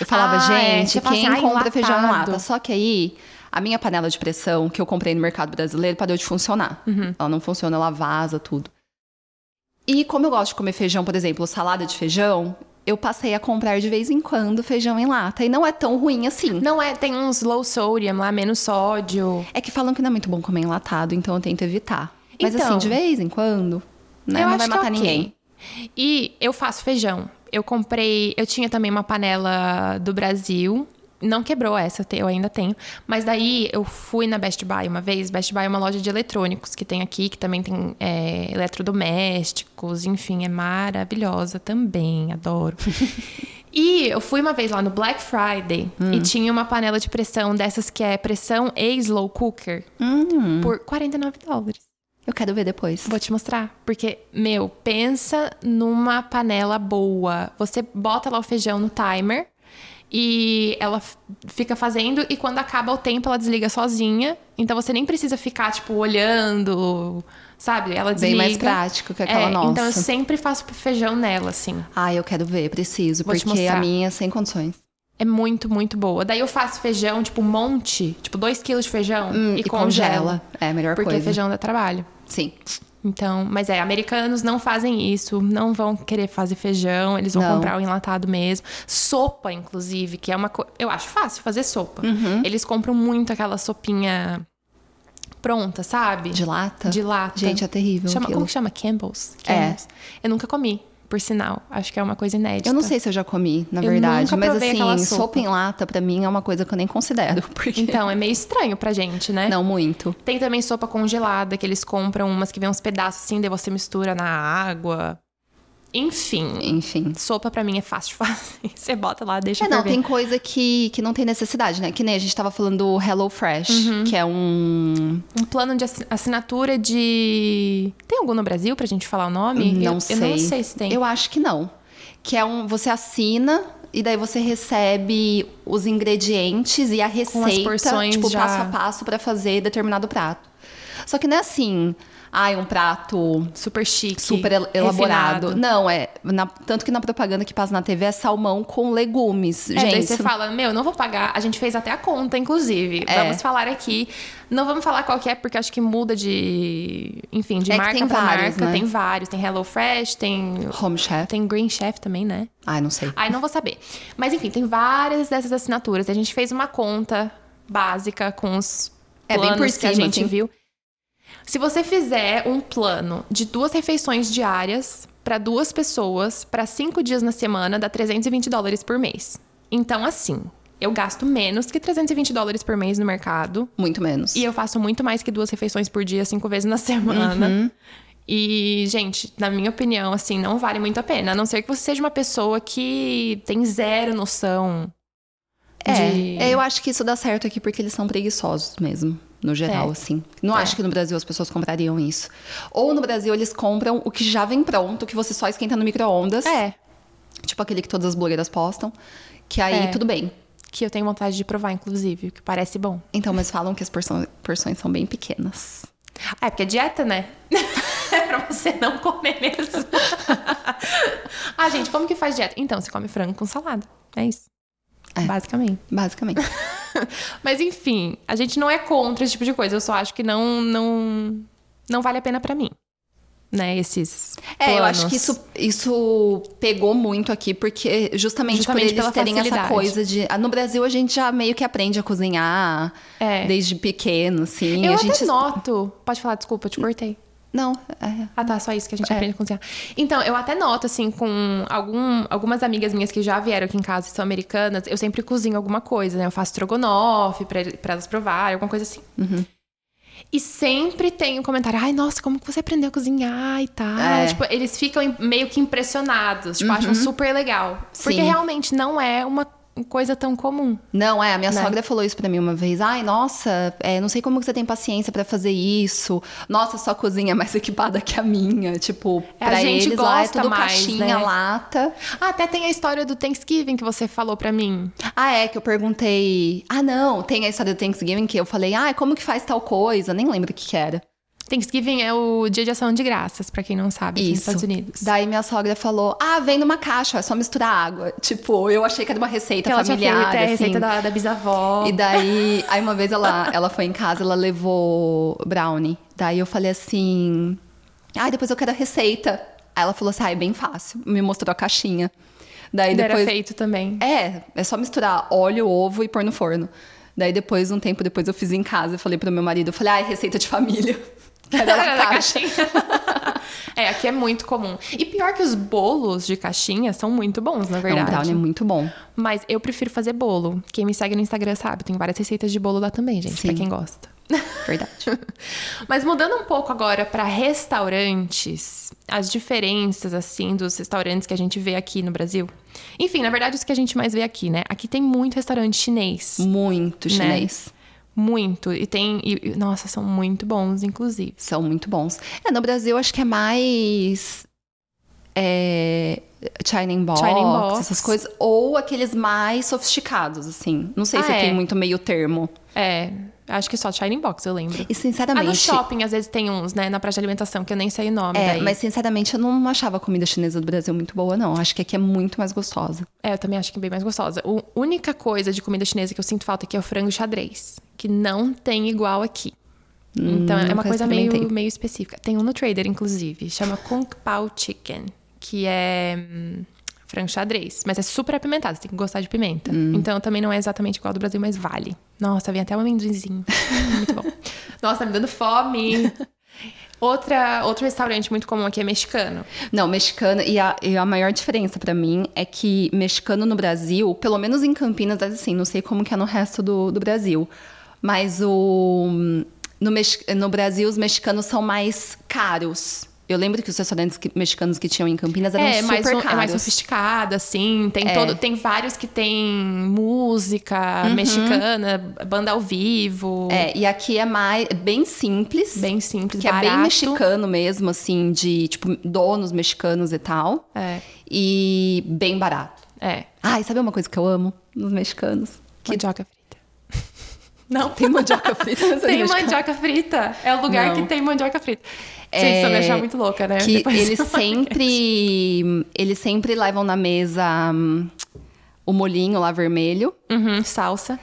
Speaker 2: Eu falava,
Speaker 1: Ah, é,
Speaker 2: gente,
Speaker 1: você fala
Speaker 2: quem
Speaker 1: assim, "Ah,
Speaker 2: compra feijão em
Speaker 1: enlatado."
Speaker 2: lata? Só que aí, a minha panela de pressão que eu comprei no mercado brasileiro parou de funcionar.
Speaker 1: Uhum.
Speaker 2: Ela não funciona, ela vaza tudo. E como eu gosto de comer feijão, por exemplo, salada de feijão, eu passei a comprar de vez em quando feijão em lata. E não é tão ruim assim.
Speaker 1: Não é, tem uns low sodium lá, menos sódio.
Speaker 2: É que falam que não é muito bom comer enlatado, então eu tento evitar. Mas
Speaker 1: Então.
Speaker 2: assim, de vez em quando, né,
Speaker 1: eu
Speaker 2: não
Speaker 1: acho
Speaker 2: vai
Speaker 1: que é
Speaker 2: matar
Speaker 1: ok.
Speaker 2: ninguém.
Speaker 1: E eu faço feijão. Eu comprei. Eu tinha também uma panela do Brasil. Não quebrou essa, eu te- eu ainda tenho. Mas daí eu fui na Best Buy uma vez. Best Buy é uma loja de eletrônicos que tem aqui, que também tem é, eletrodomésticos, enfim, é maravilhosa também, adoro. e eu fui uma vez lá no Black Friday
Speaker 2: Hum.
Speaker 1: e tinha uma panela de pressão dessas que é pressão e slow cooker
Speaker 2: Hum.
Speaker 1: por 49 dólares.
Speaker 2: Eu quero ver depois.
Speaker 1: Vou te mostrar. Porque, meu, pensa numa panela boa. Você bota lá o feijão no timer e ela f- fica fazendo e quando acaba o tempo ela desliga sozinha. Então você nem precisa ficar, tipo, olhando, sabe? Ela
Speaker 2: Bem
Speaker 1: desliga.
Speaker 2: mais prático que
Speaker 1: é,
Speaker 2: aquela nossa.
Speaker 1: Então eu sempre faço feijão nela, assim.
Speaker 2: Ah, eu quero ver, preciso,
Speaker 1: Vou te
Speaker 2: porque a
Speaker 1: mostrar.
Speaker 2: minha é sem condições.
Speaker 1: É muito, muito boa. Daí eu faço feijão, tipo, um monte. Tipo, dois quilos de feijão
Speaker 2: Hum,
Speaker 1: e, congela.
Speaker 2: É a melhor
Speaker 1: Porque
Speaker 2: coisa.
Speaker 1: feijão dá trabalho.
Speaker 2: Sim.
Speaker 1: Então, mas é, americanos não fazem isso, não vão querer fazer feijão, eles vão
Speaker 2: Não.
Speaker 1: comprar o enlatado mesmo. Sopa, inclusive, que é uma coisa. Eu acho fácil fazer sopa.
Speaker 2: Uhum.
Speaker 1: Eles compram muito aquela sopinha pronta, sabe?
Speaker 2: De lata?
Speaker 1: De lata.
Speaker 2: Gente, é terrível
Speaker 1: Chama-
Speaker 2: aquilo.
Speaker 1: como que chama? Campbell's?
Speaker 2: É.
Speaker 1: Campbell's. Eu nunca comi, por sinal. Acho que é uma coisa inédita.
Speaker 2: Eu não sei se eu já comi, na
Speaker 1: Eu
Speaker 2: verdade.
Speaker 1: nunca
Speaker 2: Mas
Speaker 1: provei aquela
Speaker 2: assim,
Speaker 1: sopa.
Speaker 2: sopa em lata, pra mim, é uma coisa que eu nem considero. Porque...
Speaker 1: Então, é meio estranho pra gente, né?
Speaker 2: Não muito.
Speaker 1: Tem também sopa congelada, que eles compram umas que vem uns pedaços assim, daí você mistura na água. Enfim.
Speaker 2: Enfim.
Speaker 1: Sopa pra mim é fácil de fazer. Você bota lá, deixa
Speaker 2: É, não,
Speaker 1: ferver.
Speaker 2: tem coisa que, que não tem necessidade, né? Que nem a gente tava falando do Hello Fresh,
Speaker 1: Uhum.
Speaker 2: que é um.
Speaker 1: Um plano de assi- assinatura de. Tem algum no Brasil pra gente falar o nome?
Speaker 2: Hum, Não
Speaker 1: eu, eu
Speaker 2: sei.
Speaker 1: não sei se tem.
Speaker 2: Eu acho que não. Que é um. Você assina e daí você recebe os ingredientes e a receita.
Speaker 1: porções
Speaker 2: tipo,
Speaker 1: já-
Speaker 2: passo a passo pra fazer determinado prato. Só que não é assim. Ai, um prato
Speaker 1: Super chique.
Speaker 2: super el- elaborado.
Speaker 1: refinado.
Speaker 2: Não, é. na- tanto que na propaganda que passa na TV é salmão com legumes.
Speaker 1: É,
Speaker 2: gente,
Speaker 1: daí você fala, meu, não vou pagar. A gente fez até a conta, inclusive.
Speaker 2: É.
Speaker 1: Vamos falar aqui. Não vamos falar qual que é, porque acho que muda de. Enfim, de
Speaker 2: É que
Speaker 1: marca
Speaker 2: tem
Speaker 1: pra
Speaker 2: vários,
Speaker 1: marca.
Speaker 2: né?
Speaker 1: Tem vários. Tem Hello Fresh, tem.
Speaker 2: Home chef.
Speaker 1: Tem Green Chef também, né?
Speaker 2: Ai, não sei.
Speaker 1: Ai, não vou saber. Mas enfim, tem várias dessas assinaturas. A gente fez uma conta básica com os
Speaker 2: É, bem
Speaker 1: planos
Speaker 2: por
Speaker 1: que a
Speaker 2: cima,
Speaker 1: gente
Speaker 2: assim.
Speaker 1: viu. Se você fizer um plano de duas refeições diárias para duas pessoas, para cinco dias na semana, dá 320 dólares por mês. Então, assim, eu gasto menos que 320 dólares por mês no mercado.
Speaker 2: Muito menos.
Speaker 1: E eu faço muito mais que duas refeições por dia, cinco vezes na semana.
Speaker 2: Uhum.
Speaker 1: E, gente, na minha opinião, assim, não vale muito a pena. A não ser que você seja uma pessoa que tem zero noção.
Speaker 2: É,
Speaker 1: de-
Speaker 2: é, eu acho que isso dá certo aqui porque eles são preguiçosos mesmo, no geral,
Speaker 1: É.
Speaker 2: assim. Não
Speaker 1: É.
Speaker 2: acho que no Brasil as pessoas comprariam isso. Ou no Brasil eles compram o que já vem pronto, que você só esquenta no micro-ondas.
Speaker 1: É,
Speaker 2: Tipo aquele que todas as blogueiras postam. Que aí
Speaker 1: É.
Speaker 2: tudo bem.
Speaker 1: que eu tenho vontade de provar, inclusive, que parece bom.
Speaker 2: Então, mas falam que as porção- porções são bem pequenas.
Speaker 1: Ah, é porque é dieta, né? é pra você não comer mesmo. ah, gente, como que faz dieta? Então, você come frango com salada. É isso.
Speaker 2: É.
Speaker 1: Basicamente.
Speaker 2: Basicamente.
Speaker 1: Mas enfim, a gente não é contra esse tipo de coisa. Eu só acho que não não não vale a pena pra mim, né? Esses.
Speaker 2: É, eu
Speaker 1: planos.
Speaker 2: acho que isso, isso pegou muito aqui, porque justamente,
Speaker 1: Justamente
Speaker 2: por
Speaker 1: pela
Speaker 2: eles terem
Speaker 1: facilidade.
Speaker 2: essa coisa de. ah, No Brasil, a gente já meio que aprende a cozinhar
Speaker 1: É.
Speaker 2: desde pequeno, assim.
Speaker 1: Eu
Speaker 2: a
Speaker 1: até
Speaker 2: gente...
Speaker 1: noto. Pode falar, desculpa, eu te cortei.
Speaker 2: Não, é.
Speaker 1: Ah, tá, só isso que a gente
Speaker 2: É.
Speaker 1: aprende a cozinhar. Então, eu até noto, assim, com algum- algumas amigas minhas que já vieram aqui em casa e são americanas, eu sempre cozinho alguma coisa, né? Eu faço estrogonofe pra, pra elas provarem, alguma coisa assim.
Speaker 2: Uhum.
Speaker 1: E sempre tem um comentário, ai, nossa, como que você aprendeu a cozinhar e tal.
Speaker 2: É. Uhum.
Speaker 1: Tipo, eles ficam em- meio que impressionados, tipo, acham super legal. Porque
Speaker 2: Sim.
Speaker 1: realmente não é uma coisa tão comum.
Speaker 2: Não, é, a minha
Speaker 1: Né?
Speaker 2: sogra falou isso pra mim uma vez. Ai, nossa, é, não sei como que você tem paciência pra fazer isso. Nossa, sua cozinha é mais equipada que a minha. Tipo,
Speaker 1: É, a
Speaker 2: pra
Speaker 1: gente
Speaker 2: eles lá é
Speaker 1: gosta
Speaker 2: tudo
Speaker 1: mais,
Speaker 2: caixinha,
Speaker 1: né?
Speaker 2: lata.
Speaker 1: Ah, até tem a história do Thanksgiving que você falou pra mim.
Speaker 2: Ah, é, que eu perguntei. Ah, não, tem a história do Thanksgiving que eu falei, ah, como que faz tal coisa? Nem lembro o que, que era.
Speaker 1: Thanksgiving é o dia de ação de graças, pra quem não sabe, aqui nos
Speaker 2: Isso.
Speaker 1: Estados Unidos.
Speaker 2: Daí minha sogra falou: Ah, vem numa caixa, é só misturar água. Tipo, eu achei que era uma receita
Speaker 1: que ela
Speaker 2: familiar.
Speaker 1: tinha feito é, a
Speaker 2: assim.
Speaker 1: receita da, da bisavó.
Speaker 2: E daí, aí uma vez ela, ela foi em casa, ela levou brownie. Daí eu falei assim: ai, depois eu quero a receita. Aí ela falou assim: ah, é bem fácil. Me mostrou a caixinha. Daí
Speaker 1: Ainda
Speaker 2: depois.
Speaker 1: era feito também.
Speaker 2: É, é só misturar óleo, ovo e pôr no forno. Daí depois, um tempo depois, eu fiz em casa e falei pro meu marido: eu falei, ai, receita de família. Era
Speaker 1: Era
Speaker 2: na
Speaker 1: É, da
Speaker 2: caixa.
Speaker 1: caixinha. é, aqui é muito comum. E pior que os bolos de caixinha são muito bons, na
Speaker 2: Não, o
Speaker 1: verdade.
Speaker 2: brownie é muito bom.
Speaker 1: Mas eu prefiro fazer bolo. Quem me segue no Instagram sabe, tem várias receitas de bolo lá também, gente, pra
Speaker 2: Sim.
Speaker 1: quem gosta.
Speaker 2: Verdade.
Speaker 1: Mas mudando um pouco agora pra restaurantes, as diferenças assim dos restaurantes que a gente vê aqui no Brasil. Enfim, na verdade os que a gente mais vê aqui, né? Aqui tem muito restaurante chinês.
Speaker 2: Muito
Speaker 1: Né?
Speaker 2: chinês.
Speaker 1: Muito. E tem. e- e- nossa, são muito bons, inclusive.
Speaker 2: São muito bons. É, no Brasil acho que é mais. É, China in box,
Speaker 1: China in box.
Speaker 2: essas coisas. Ou aqueles mais sofisticados, assim. Não sei se
Speaker 1: Ah, é.
Speaker 2: tem muito meio termo.
Speaker 1: É. Acho que só Shining Box, eu lembro.
Speaker 2: E
Speaker 1: Ah,
Speaker 2: sinceramente.
Speaker 1: no shopping, às vezes tem uns, né? Na praia de alimentação, que eu nem sei o nome.
Speaker 2: é,
Speaker 1: daí.
Speaker 2: mas sinceramente eu não achava a comida chinesa do Brasil muito boa, não. Acho que aqui é muito mais gostosa.
Speaker 1: É, eu também acho que é bem mais gostosa. A única coisa de comida chinesa que eu sinto falta aqui é o frango xadrez, que não tem igual aqui. Então é uma
Speaker 2: Nunca
Speaker 1: coisa meio,
Speaker 2: experimentei.
Speaker 1: meio específica. Tem um no Trader, inclusive, chama Kung Pao Chicken, que é hum, frango xadrez, mas é super apimentado, você tem que gostar de pimenta. Então também não é exatamente igual ao do Brasil, mas vale. Nossa, vem até um amendoinzinho. Hum, muito bom. Nossa, tá me dando fome. Outra, outro restaurante muito comum aqui é mexicano.
Speaker 2: Não, mexicano. E a, e a maior diferença pra mim é que mexicano no Brasil, pelo menos em Campinas, assim, não sei como que é no resto do, do Brasil. Mas o. No, mex, no Brasil, os mexicanos são mais caros. Eu lembro que os restaurantes que- mexicanos que tinham em Campinas eram
Speaker 1: É,
Speaker 2: Tá super
Speaker 1: mais, um-
Speaker 2: caros.
Speaker 1: é mais sofisticado, assim. Tem,
Speaker 2: É. Uhum.
Speaker 1: todo, tem vários que tem música mexicana, banda ao vivo.
Speaker 2: É, e aqui é mais bem simples.
Speaker 1: Bem simples,
Speaker 2: que é bem
Speaker 1: barato.
Speaker 2: mexicano mesmo, assim, de tipo donos mexicanos e tal.
Speaker 1: É,
Speaker 2: E bem barato.
Speaker 1: é.
Speaker 2: Ai, sabe uma coisa que eu amo nos mexicanos? Que
Speaker 1: Mandioca frita. Não,
Speaker 2: tem mandioca frita. nos
Speaker 1: tem
Speaker 2: mexicanos.
Speaker 1: mandioca frita. É o lugar
Speaker 2: Não.
Speaker 1: que tem mandioca frita. Gente,
Speaker 2: É,
Speaker 1: isso vai me deixar muito louca, né?
Speaker 2: Que
Speaker 1: Depois
Speaker 2: eles
Speaker 1: eu- é
Speaker 2: sempre. Eles sempre levam na mesa hum, o molinho lá vermelho
Speaker 1: Uhum, salsa.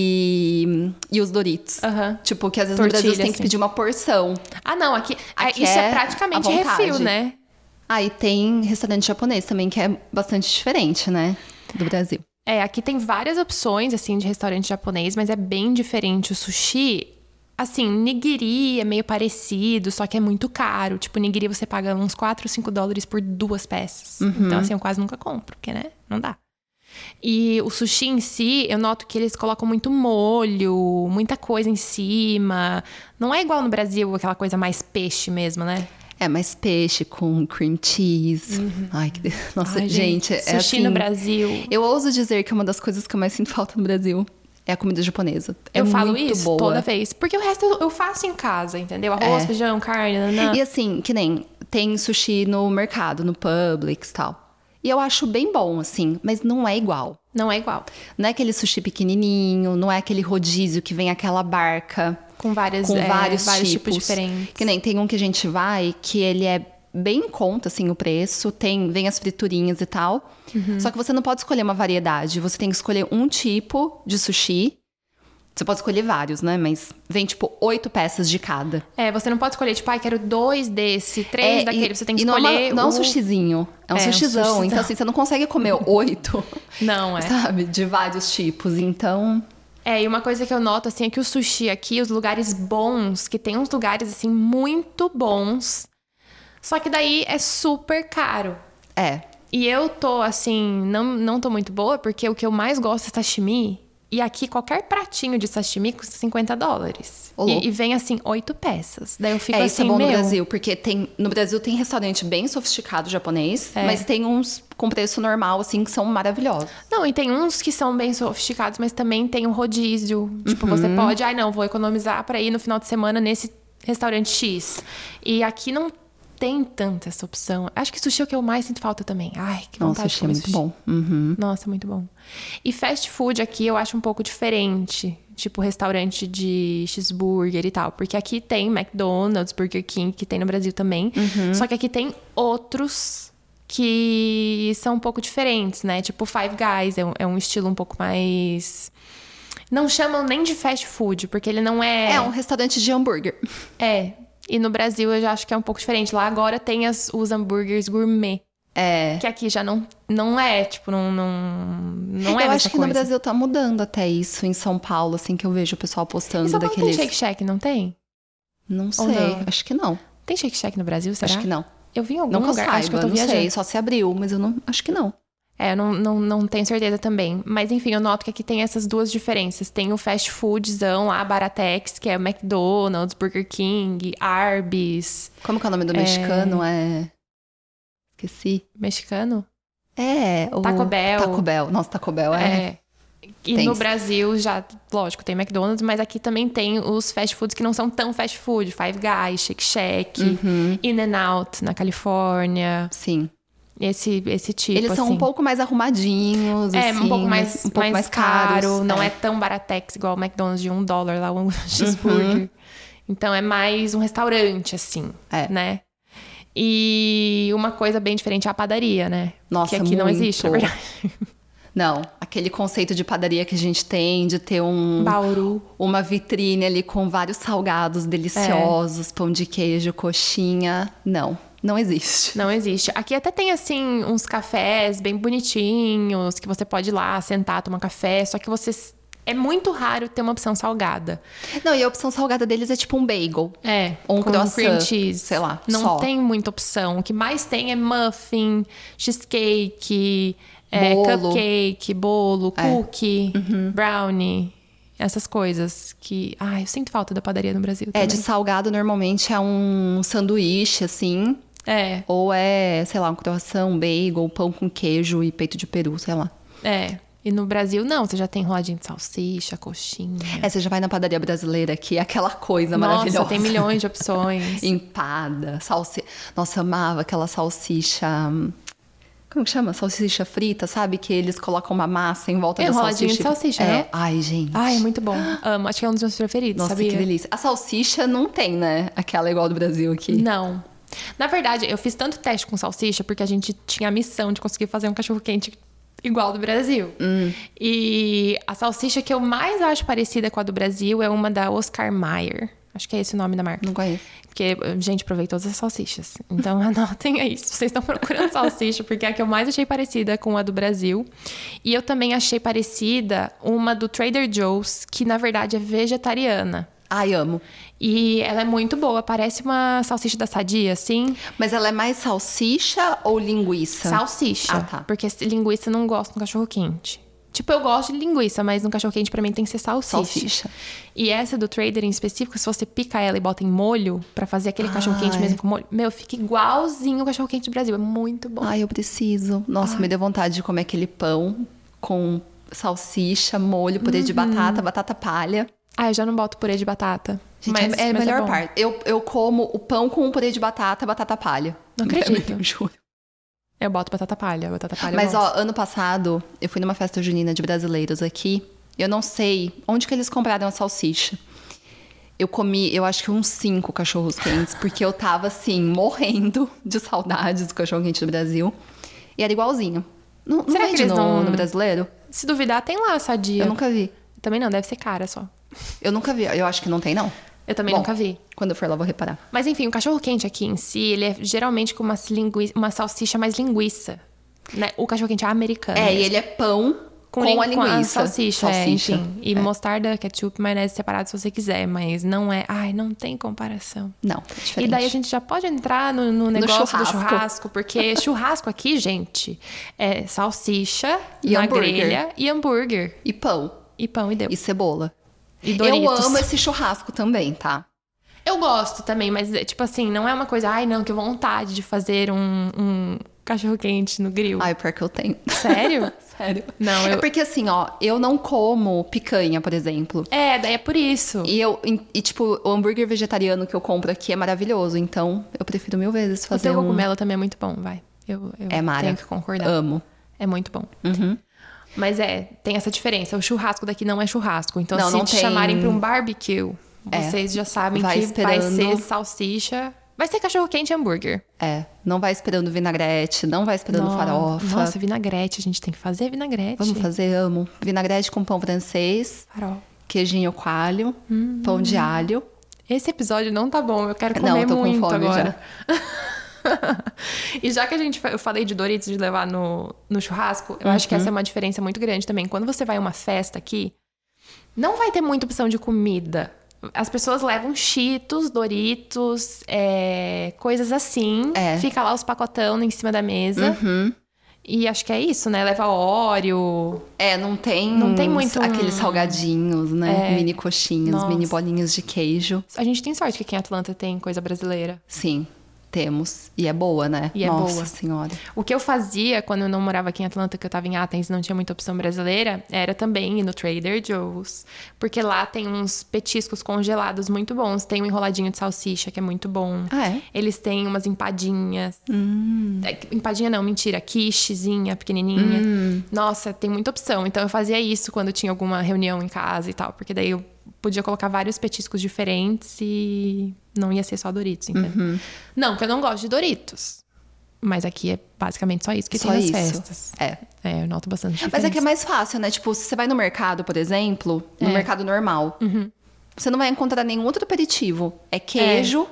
Speaker 2: e, e os Doritos.
Speaker 1: Aham.
Speaker 2: Tipo, que às vezes no
Speaker 1: Ah. Tortilha,
Speaker 2: Brasil tem que
Speaker 1: assim.
Speaker 2: pedir uma porção.
Speaker 1: Ah, não, aqui...
Speaker 2: Aqui
Speaker 1: isso é,
Speaker 2: é
Speaker 1: praticamente
Speaker 2: à vontade.
Speaker 1: refil, né?
Speaker 2: Ah, e tem restaurante japonês também, que é bastante diferente, né? Do Brasil.
Speaker 1: É, aqui tem várias opções, assim, de restaurante japonês, mas é bem diferente o sushi. Assim, nigiri é meio parecido, só que é muito caro. Tipo, nigiri você paga uns 4, 5 dólares por duas peças.
Speaker 2: Uhum.
Speaker 1: Então, assim, eu quase nunca compro, porque, né, não dá. E o sushi em si, eu noto que eles colocam muito molho, muita coisa em cima. Não é igual no Brasil, aquela coisa mais peixe mesmo, né?
Speaker 2: É, mas peixe com cream cheese. Ai, que. de- Nossa,
Speaker 1: Uhum. Ai,
Speaker 2: gente, é
Speaker 1: Sushi
Speaker 2: assim-
Speaker 1: no Brasil.
Speaker 2: Eu ouso dizer que uma das coisas que eu mais sinto falta no Brasil é a comida japonesa. É
Speaker 1: Eu falo
Speaker 2: muito
Speaker 1: isso
Speaker 2: boa.
Speaker 1: toda vez. Porque o resto eu- eu faço em casa, entendeu? Arroz,
Speaker 2: É.
Speaker 1: feijão, carne, nanã.
Speaker 2: E assim, que nem tem sushi no mercado, no Publix e tal. E eu acho bem bom, assim, mas não é igual.
Speaker 1: Não é igual.
Speaker 2: Não é aquele sushi pequenininho, não é aquele rodízio que vem aquela barca
Speaker 1: Com várias,
Speaker 2: com
Speaker 1: é,
Speaker 2: vários,
Speaker 1: tipos diferentes.
Speaker 2: Que nem tem um que a gente vai que ele é bem em conta, assim, o preço. Tem, vem as friturinhas e tal.
Speaker 1: Uhum.
Speaker 2: Só que você não pode escolher uma variedade. Você tem que escolher um tipo de sushi. Você pode escolher vários, né? Mas vem, tipo, oito peças de cada.
Speaker 1: É, você não pode escolher, tipo, ai, quero dois desse, três
Speaker 2: É,
Speaker 1: daquele.
Speaker 2: e-
Speaker 1: Você tem que
Speaker 2: e não é uma-
Speaker 1: escolher.
Speaker 2: Não é um
Speaker 1: o-
Speaker 2: sushizinho. É um
Speaker 1: É, um
Speaker 2: sushizão.
Speaker 1: sushizão.
Speaker 2: Então, assim, você não consegue comer oito,
Speaker 1: Não, é.
Speaker 2: sabe? De vários tipos. Então,
Speaker 1: É, e uma coisa que eu noto, assim, é que o sushi aqui, os lugares bons, que tem uns lugares, assim, muito bons. Só que daí é super caro.
Speaker 2: é.
Speaker 1: E eu tô, assim, não, não tô muito boa, porque o que eu mais gosto é sashimi. E aqui, qualquer pratinho de sashimi custa 50 dólares.
Speaker 2: Ô, louco.
Speaker 1: E, e vem, assim, oito peças. Daí eu fico
Speaker 2: é,
Speaker 1: assim,
Speaker 2: isso é bom
Speaker 1: meu...
Speaker 2: no Brasil, porque tem, no Brasil tem restaurante bem sofisticado japonês,
Speaker 1: É.
Speaker 2: mas tem uns com preço normal, assim, que são maravilhosos.
Speaker 1: Não, e tem uns que são bem sofisticados, mas também tem um rodízio. Tipo, você
Speaker 2: Uhum.
Speaker 1: pode, ai não, vou economizar pra ir no final de semana nesse restaurante X. E aqui não tem tanta essa opção. Acho que sushi é o que eu mais sinto falta também. Ai, que vontade
Speaker 2: Nossa,
Speaker 1: de
Speaker 2: achei
Speaker 1: comer
Speaker 2: tá, tipo, muito
Speaker 1: sushi. é
Speaker 2: bom. Uhum.
Speaker 1: Nossa, muito bom. E fast food aqui eu acho um pouco diferente. Tipo, restaurante de cheeseburger e tal. Porque aqui tem McDonald's, Burger King, que tem no Brasil também.
Speaker 2: Uhum.
Speaker 1: Só que aqui tem outros que são um pouco diferentes, né? Tipo, Five Guys é um, é um estilo um pouco mais. Não chamam nem de fast food, porque ele não é.
Speaker 2: É. um restaurante de hambúrguer.
Speaker 1: É. E no Brasil eu já acho que é um pouco diferente. Lá agora tem as- os hambúrgueres gourmet.
Speaker 2: É.
Speaker 1: Que aqui já não, não é, tipo, não, não, não é a
Speaker 2: eu
Speaker 1: mesma
Speaker 2: acho que
Speaker 1: coisa.
Speaker 2: no Brasil tá mudando até isso, em São Paulo, assim, que eu vejo o pessoal
Speaker 1: E
Speaker 2: postando
Speaker 1: São Paulo
Speaker 2: daqueles.
Speaker 1: tem Shake Shack, não tem?
Speaker 2: Não sei,
Speaker 1: não?
Speaker 2: acho que não.
Speaker 1: Tem Shake Shack no Brasil, será?
Speaker 2: Acho que não.
Speaker 1: Eu vi em algum
Speaker 2: Não que eu
Speaker 1: lugar,
Speaker 2: saiba,
Speaker 1: acho que eu tô
Speaker 2: não
Speaker 1: viajando.
Speaker 2: sei, só se abriu, mas eu não. Acho que não.
Speaker 1: É, eu não, não, não tenho certeza também. Mas enfim, eu noto que aqui tem essas duas diferenças. Tem o fast foodzão lá, Baratex, que é o McDonald's, Burger King, Arby's,
Speaker 2: Como que é o nome do mexicano? É. Esqueci.
Speaker 1: mexicano,
Speaker 2: É. O...
Speaker 1: Taco Bell.
Speaker 2: Taco Bell. Nossa, Taco Bell é.
Speaker 1: É. E
Speaker 2: Tem
Speaker 1: no
Speaker 2: isso.
Speaker 1: Brasil já, lógico, tem McDonald's, mas aqui também tem os fast foods que não são tão fast food. Five Guys, Shake Shack,
Speaker 2: Uhum.
Speaker 1: In-N-Out na Califórnia,
Speaker 2: Sim.
Speaker 1: esse, esse tipo,
Speaker 2: Eles são
Speaker 1: assim.
Speaker 2: um pouco mais arrumadinhos,
Speaker 1: É,
Speaker 2: assim,
Speaker 1: um pouco mais,
Speaker 2: mas um pouco
Speaker 1: mais,
Speaker 2: mais
Speaker 1: caro.
Speaker 2: caros,
Speaker 1: Não é. tão baratex igual o McDonald's de um dólar lá, um cheeseburger. Então é mais um restaurante, assim,
Speaker 2: Uhum. É.
Speaker 1: né? E uma coisa bem diferente é a padaria, né? que
Speaker 2: Nossa,
Speaker 1: aqui não
Speaker 2: muito.
Speaker 1: existe, na verdade.
Speaker 2: Não, aquele conceito de padaria que a gente tem, de ter um
Speaker 1: Bauru.
Speaker 2: uma vitrine ali com vários salgados
Speaker 1: É.
Speaker 2: deliciosos, pão de queijo, coxinha, não, não existe.
Speaker 1: Não existe. Aqui até tem, assim, uns cafés bem bonitinhos, que você pode ir lá sentar, tomar café, só que você. É muito raro ter uma opção salgada.
Speaker 2: Não, e a opção salgada deles é tipo um bagel.
Speaker 1: É,
Speaker 2: Ou um
Speaker 1: com
Speaker 2: croissant,
Speaker 1: cream cheese.
Speaker 2: sei lá,
Speaker 1: Não
Speaker 2: só.
Speaker 1: tem muita opção. O que mais tem é muffin, cheesecake, é,
Speaker 2: Bolo. É. Uhum.
Speaker 1: cupcake, bolo, cookie, brownie. Essas coisas que... Ai, eu sinto falta da padaria no Brasil
Speaker 2: É,
Speaker 1: também.
Speaker 2: de salgado normalmente é um sanduíche, assim.
Speaker 1: É,
Speaker 2: Ou é, sei lá, um croissant, um bagel, pão com queijo e peito de peru, sei lá.
Speaker 1: é. E no Brasil, não. Você já tem enroladinho de salsicha, coxinha.
Speaker 2: É, você já vai na padaria brasileira aqui, é aquela coisa maravilhosa.
Speaker 1: Nossa, tem milhões de opções.
Speaker 2: Empada, salsicha. Nossa, eu amava aquela salsicha. hum, Como que chama? Salsicha frita, sabe? Que eles colocam uma massa em volta da salsicha.
Speaker 1: Enroladinho É, de salsicha,
Speaker 2: é.
Speaker 1: né?
Speaker 2: Ai, gente.
Speaker 1: Ai, é muito bom. Amo. Acho que é um dos meus preferidos,
Speaker 2: Nossa,
Speaker 1: sabia?
Speaker 2: que delícia. A salsicha não tem, né? Aquela igual do Brasil aqui.
Speaker 1: Não. Na verdade, eu fiz tanto teste com salsicha porque a gente tinha a missão de conseguir fazer um cachorro quente igual ao do Brasil.
Speaker 2: Hum.
Speaker 1: E a salsicha que eu mais acho parecida com a do Brasil é uma da Oscar Mayer. Acho que é esse o nome da marca.
Speaker 2: Não conheço.
Speaker 1: Porque, gente, provei todas as salsichas. Então, anotem aí se vocês estão procurando salsicha, porque é a que eu mais achei parecida com a do Brasil. E eu também achei parecida uma do Trader Joe's, que na verdade é vegetariana.
Speaker 2: Ai, amo.
Speaker 1: E ela é muito boa, parece uma salsicha da sadia, assim.
Speaker 2: Mas ela é mais salsicha ou linguiça?
Speaker 1: Salsicha.
Speaker 2: Ah, tá.
Speaker 1: Porque se- linguiça eu não gosto no cachorro quente. Tipo, eu gosto de linguiça, mas no cachorro quente pra mim tem que ser salsicha.
Speaker 2: Salsicha.
Speaker 1: E essa do trader em específico, se você pica ela e bota em molho pra fazer aquele cachorro quente
Speaker 2: Ai.
Speaker 1: mesmo com molho, meu, fica igualzinho o cachorro quente do Brasil. É muito bom.
Speaker 2: Ai, eu preciso.
Speaker 1: Ah.
Speaker 2: Nossa, me deu vontade de comer aquele pão com salsicha, molho, purê
Speaker 1: Uhum.
Speaker 2: de batata, batata palha.
Speaker 1: Ah, eu já não boto purê de batata.
Speaker 2: Gente,
Speaker 1: mas,
Speaker 2: é a
Speaker 1: mas
Speaker 2: melhor
Speaker 1: bom.
Speaker 2: parte. Eu, eu como o pão com o purê de batata, batata palha.
Speaker 1: Não acredito.
Speaker 2: Eu juro.
Speaker 1: Eu boto batata palha, batata palha. eu
Speaker 2: Mas,
Speaker 1: gosto.
Speaker 2: ó, ano passado, eu fui numa festa junina de brasileiros aqui. Eu não sei onde que eles compraram a salsicha. Eu comi, eu acho que uns cinco cachorros quentes, porque eu tava, assim, morrendo de saudades do cachorro quente do Brasil. E era igualzinho. Não, não
Speaker 1: Será que
Speaker 2: vende
Speaker 1: eles
Speaker 2: no,
Speaker 1: não-
Speaker 2: no brasileiro?
Speaker 1: Se duvidar, tem lá a sadia.
Speaker 2: Eu nunca vi.
Speaker 1: Também não, deve ser cara só.
Speaker 2: Eu nunca vi. Eu acho que não tem, não.
Speaker 1: Eu também
Speaker 2: Bom,
Speaker 1: nunca vi.
Speaker 2: Quando eu for lá, eu vou reparar.
Speaker 1: Mas enfim, o cachorro-quente aqui em si, ele é geralmente com uma, lingui- uma salsicha mais linguiça. Né? O cachorro-quente é americano.
Speaker 2: É, e
Speaker 1: mesmo.
Speaker 2: ele é pão com,
Speaker 1: lin-
Speaker 2: a linguiça.
Speaker 1: salsicha, é, enfim. E mostarda, ketchup, maionese separado se você quiser, mas não é. Ai, não tem comparação.
Speaker 2: Não, é diferente.
Speaker 1: E daí a gente já pode entrar no, no negócio
Speaker 2: churrasco.
Speaker 1: do churrasco, porque churrasco aqui, gente, é salsicha
Speaker 2: E
Speaker 1: na
Speaker 2: hambúrguer.
Speaker 1: grelha e hambúrguer.
Speaker 2: E pão.
Speaker 1: E pão e deu.
Speaker 2: E cebola.
Speaker 1: E
Speaker 2: Eu
Speaker 1: Doritos.
Speaker 2: amo esse churrasco também, tá?
Speaker 1: Eu gosto também, mas, é, tipo assim, não é uma coisa, ai, não, que vontade de fazer um, um cachorro-quente no grill.
Speaker 2: Ai, pior que eu tenho.
Speaker 1: Sério?
Speaker 2: Sério.
Speaker 1: Não,
Speaker 2: É
Speaker 1: eu.
Speaker 2: porque assim, ó, eu não como picanha, por exemplo.
Speaker 1: É, daí é por isso.
Speaker 2: E eu, e tipo, o hambúrguer vegetariano que eu compro aqui é maravilhoso. Então, eu prefiro mil vezes
Speaker 1: O
Speaker 2: fazer
Speaker 1: teu
Speaker 2: um...
Speaker 1: cogumelo também é muito bom, vai. Eu, eu
Speaker 2: É mara. Uhum.
Speaker 1: tenho que concordar.
Speaker 2: Amo.
Speaker 1: É muito bom. Mas é, tem essa diferença. O churrasco daqui não é churrasco. Então,
Speaker 2: Não,
Speaker 1: se
Speaker 2: não
Speaker 1: te
Speaker 2: tem-
Speaker 1: chamarem pra um barbecue,
Speaker 2: É.
Speaker 1: vocês já sabem
Speaker 2: Vai
Speaker 1: que vai
Speaker 2: esperando.
Speaker 1: ser salsicha. Vai ser cachorro-quente e hambúrguer.
Speaker 2: É, não vai esperando vinagrete, não vai esperando
Speaker 1: No-
Speaker 2: farofa.
Speaker 1: Nossa, vinagrete. A gente tem que fazer vinagrete.
Speaker 2: Vamos fazer, amo. Vinagrete com pão francês,
Speaker 1: Farofa.
Speaker 2: queijinho coalho, pão de alho.
Speaker 1: Esse episódio não tá bom, eu quero
Speaker 2: Não,
Speaker 1: comer
Speaker 2: tô com
Speaker 1: muito
Speaker 2: fome
Speaker 1: agora. e já que a gente fa- eu falei de Doritos de levar no, no churrasco, eu acho que
Speaker 2: Uhum.
Speaker 1: essa é uma diferença muito grande também. Quando você vai a uma festa aqui, não vai ter muita opção de comida. As pessoas levam cheetos, Doritos, é, coisas assim.
Speaker 2: É. Uhum.
Speaker 1: Fica lá os pacotão em cima da mesa.
Speaker 2: Hum.
Speaker 1: E acho que é isso, né? Leva óleo.
Speaker 2: É, não tem,
Speaker 1: Não tem muito um-
Speaker 2: aqueles salgadinhos, né? Mini coxinhas,
Speaker 1: É. Nossa.
Speaker 2: mini bolinhas de queijo.
Speaker 1: A gente tem sorte que aqui em Atlanta tem coisa brasileira.
Speaker 2: Sim, temos. E é boa, né?
Speaker 1: E é
Speaker 2: Nossa
Speaker 1: boa.
Speaker 2: senhora.
Speaker 1: O que eu fazia quando eu não morava aqui em Atlanta, que eu tava em Athens e não tinha muita opção brasileira, era também ir no Trader Joe's. Porque lá tem uns petiscos congelados muito bons. Tem um enroladinho de salsicha, que é muito bom.
Speaker 2: Ah, é?
Speaker 1: Eles têm umas empadinhas.
Speaker 2: Hum.
Speaker 1: É, Empadinha não, mentira. Quichezinha, pequenininha.
Speaker 2: Hum.
Speaker 1: Nossa, tem muita opção. Então eu fazia isso quando tinha alguma reunião em casa e tal. Porque daí eu podia colocar vários petiscos
Speaker 2: Uhum.
Speaker 1: diferentes e não ia ser só Doritos, entendeu? Não, porque eu não gosto de Doritos. Mas aqui é basicamente só isso que
Speaker 2: Só
Speaker 1: tem nas
Speaker 2: isso.
Speaker 1: festas.
Speaker 2: É.
Speaker 1: É, eu noto bastante diferença.
Speaker 2: Mas é que é mais fácil, né? Tipo, se você vai no mercado, por exemplo, no
Speaker 1: É. Uhum.
Speaker 2: mercado normal, você não vai encontrar nenhum outro aperitivo. É queijo.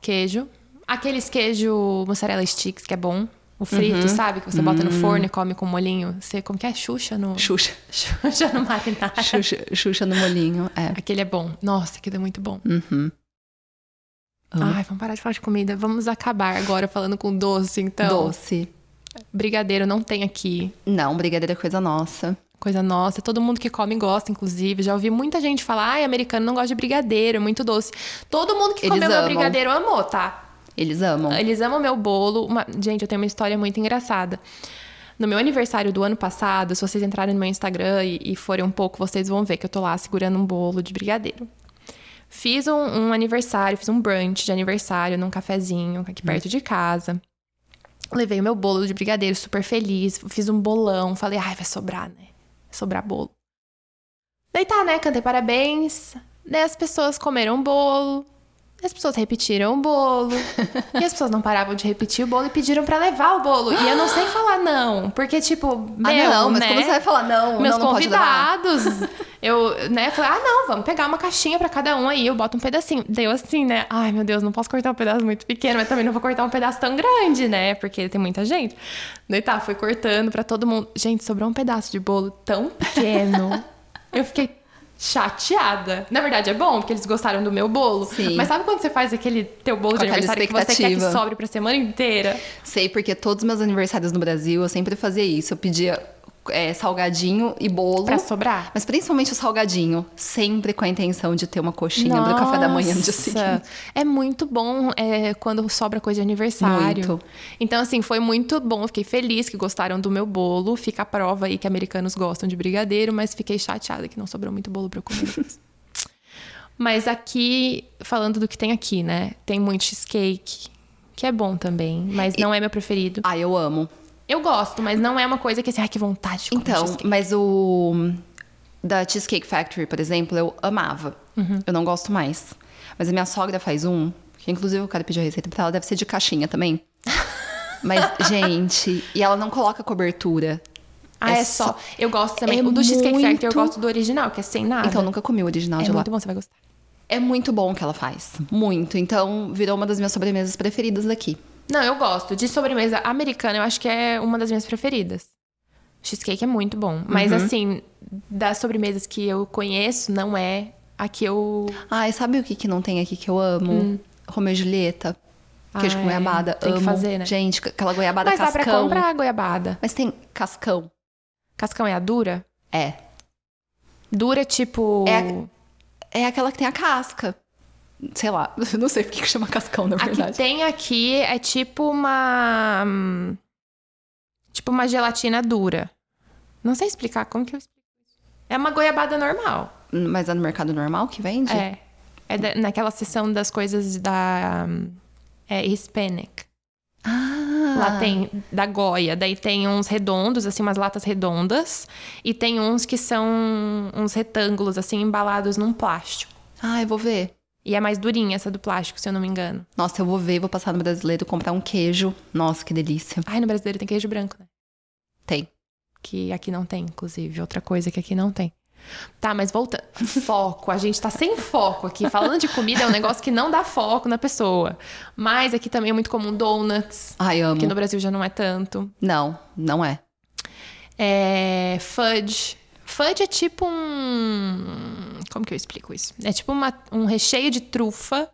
Speaker 1: Queijo. Aqueles queijo mussarela sticks, que é bom. O
Speaker 2: Uhum.
Speaker 1: frito, sabe? Que você bota no forno e come com molhinho. Você, como que é? Xuxa no...
Speaker 2: Hum. Xuxa.
Speaker 1: Xuxa no marinado.
Speaker 2: Xuxa, Xuxa no molinho. É.
Speaker 1: Aquele é bom. Nossa, aquele é muito bom.
Speaker 2: Uhum. Ah. Amo.
Speaker 1: Ai, vamos parar de falar de comida. Vamos acabar agora falando com doce, então.
Speaker 2: Doce.
Speaker 1: Brigadeiro não tem aqui.
Speaker 2: Não, brigadeiro é coisa nossa.
Speaker 1: Coisa nossa. Todo mundo que come gosta, inclusive. Já ouvi muita gente falar, ai, americano não gosta de brigadeiro, é muito doce. Todo mundo que
Speaker 2: Eles
Speaker 1: comeu meu
Speaker 2: amam.
Speaker 1: brigadeiro amou, tá?
Speaker 2: Eles amam.
Speaker 1: Eles amam meu bolo. Uma- Gente, eu tenho uma história muito engraçada. No meu aniversário do ano passado, se vocês entrarem no meu Instagram e, e forem um pouco, vocês vão ver que eu tô lá segurando um bolo de brigadeiro. Fiz um, um aniversário, fiz um brunch de aniversário num cafezinho aqui perto de casa. Levei o meu bolo de brigadeiro, super feliz. Fiz um bolão, falei, ai, vai sobrar, né? Vai sobrar bolo. Daí tá, né? Cantei parabéns. Daí as pessoas comeram o bolo. As pessoas repetiram o bolo. e as pessoas não paravam de repetir o bolo e pediram pra levar o bolo. E eu não sei falar não. Porque, tipo, meu,
Speaker 2: ah, não, mas
Speaker 1: né?
Speaker 2: como você vai falar não?
Speaker 1: meus
Speaker 2: não, não pode levar?
Speaker 1: convidados. eu, né, falei, ah, não, vamos pegar uma caixinha pra cada um aí, eu boto um pedacinho. Deu assim, né? Ai, meu Deus, não posso cortar um pedaço muito pequeno, mas também não vou cortar um pedaço tão grande, né? Porque tem muita gente. Daí tá, fui cortando pra todo mundo. Gente, sobrou um pedaço de bolo tão pequeno. eu fiquei chateada. Na verdade é bom, porque eles gostaram do meu bolo.
Speaker 2: Sim.
Speaker 1: Mas sabe quando você faz aquele teu bolo de
Speaker 2: Com aquela
Speaker 1: aniversário que você quer que
Speaker 2: expectativa.
Speaker 1: sobre pra semana inteira?
Speaker 2: Sei, porque todos os meus aniversários no Brasil eu sempre fazia isso. Eu pedia é, salgadinho e bolo.
Speaker 1: Pra sobrar?
Speaker 2: Mas principalmente o salgadinho, sempre com a intenção de ter uma coxinha pro café da manhã no dia seguinte.
Speaker 1: É muito bom é, quando sobra coisa de aniversário.
Speaker 2: Muito.
Speaker 1: Então, assim, foi muito bom. Fiquei feliz que gostaram do meu bolo. Fica a prova aí que americanos gostam de brigadeiro, mas fiquei chateada que não sobrou muito bolo pra eu comer. depois. mas aqui, falando do que tem aqui, né? Tem muito cheesecake, que é bom também, mas não é meu preferido.
Speaker 2: Ah, eu amo.
Speaker 1: Eu gosto, mas não é uma coisa que assim, ai, que vontade de comer um
Speaker 2: Então,
Speaker 1: cheesecake.
Speaker 2: mas o da Cheesecake Factory, por exemplo, eu amava.
Speaker 1: Uhum.
Speaker 2: Eu não gosto mais. Mas a minha sogra faz um, que inclusive eu quero pedir a receita pra ela, deve ser de caixinha também. Mas, gente, e ela não coloca cobertura.
Speaker 1: Ah, é, só. Eu gosto também.
Speaker 2: é
Speaker 1: o do Cheesecake Factory eu
Speaker 2: muito-
Speaker 1: gosto do original, que é sem nada.
Speaker 2: Então, eu nunca comi o original
Speaker 1: é
Speaker 2: de lá.
Speaker 1: muito bom, você vai gostar.
Speaker 2: É muito bom o que ela faz. Muito. Então, virou uma das minhas sobremesas preferidas daqui.
Speaker 1: Não, eu gosto. De sobremesa americana, eu acho que é uma das minhas preferidas. Cheesecake é muito bom. Mas, assim, das sobremesas que eu conheço, não é a que eu.
Speaker 2: Ai, sabe o que, que não tem aqui que eu amo? Romeu e Julieta. Queijo
Speaker 1: Ah, é.
Speaker 2: com goiabada.
Speaker 1: Hum. Tem que
Speaker 2: amo.
Speaker 1: fazer, né?
Speaker 2: Gente, aquela goiabada
Speaker 1: Mas dá
Speaker 2: cascão.
Speaker 1: pra comprar a goiabada.
Speaker 2: Mas tem cascão.
Speaker 1: Cascão é a dura?
Speaker 2: É.
Speaker 1: Dura, tipo.
Speaker 2: É a- É aquela que tem a casca. Sei lá, eu não sei por que que chama cascão, na
Speaker 1: A que
Speaker 2: verdade.
Speaker 1: tem aqui é tipo uma. hum, Tipo uma gelatina dura. Não sei explicar como que eu explico isso. É uma goiabada normal.
Speaker 2: Mas é no mercado normal que vende?
Speaker 1: É. É da- naquela seção das coisas da. hum, É Hispanic.
Speaker 2: Ah.
Speaker 1: Lá tem da Goia, daí tem uns redondos, assim, umas latas redondas, e tem uns que são uns retângulos, assim, embalados num plástico.
Speaker 2: Ah, eu vou ver.
Speaker 1: E é mais durinha essa do plástico, se eu não me engano.
Speaker 2: Nossa, eu vou ver, vou passar no brasileiro comprar um queijo. Nossa, que delícia.
Speaker 1: Ai, no brasileiro tem queijo branco, né?
Speaker 2: Tem.
Speaker 1: Que aqui não tem, inclusive. Outra coisa que aqui não tem. Tá, mas voltando. Foco. A gente tá sem foco aqui. Falando de comida é um negócio que não dá foco na pessoa. Mas aqui também é muito comum donuts,
Speaker 2: Ai, amo.
Speaker 1: que no Brasil já não é tanto.
Speaker 2: Não, não é.
Speaker 1: É, fudge. Fudge é tipo um. Como que eu explico isso? É tipo uma- um recheio de trufa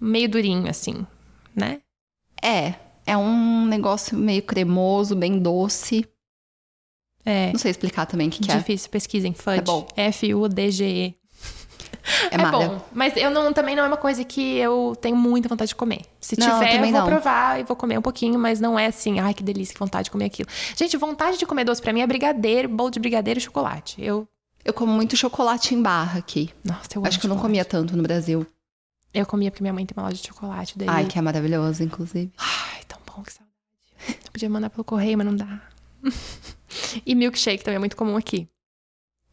Speaker 1: meio durinho, assim, né?
Speaker 2: É. É um negócio meio cremoso, bem doce.
Speaker 1: É.
Speaker 2: Não sei explicar também o que, que é.
Speaker 1: Difícil, pesquisem fudge.
Speaker 2: É bom.
Speaker 1: F-U-D-G-E.
Speaker 2: É, malha.
Speaker 1: bom, mas eu não, também não é uma coisa que eu tenho muita vontade de comer. Se
Speaker 2: Não,
Speaker 1: tiver, eu
Speaker 2: também
Speaker 1: vou
Speaker 2: não.
Speaker 1: provar e vou comer um pouquinho, mas não é assim, ai que delícia, que vontade de comer aquilo. Gente, vontade de comer doce pra mim é brigadeiro, bolo de brigadeiro e chocolate. Eu,
Speaker 2: Eu como muito chocolate em barra aqui.
Speaker 1: nossa, eu
Speaker 2: Acho que eu não
Speaker 1: comia.
Speaker 2: comia tanto no Brasil.
Speaker 1: Eu comia porque minha mãe tem uma loja de chocolate, daí
Speaker 2: Ai, que é maravilhoso, inclusive.
Speaker 1: Ai, tão bom que saudade. Eu podia mandar pelo correio, mas não dá. e milkshake também é muito comum aqui.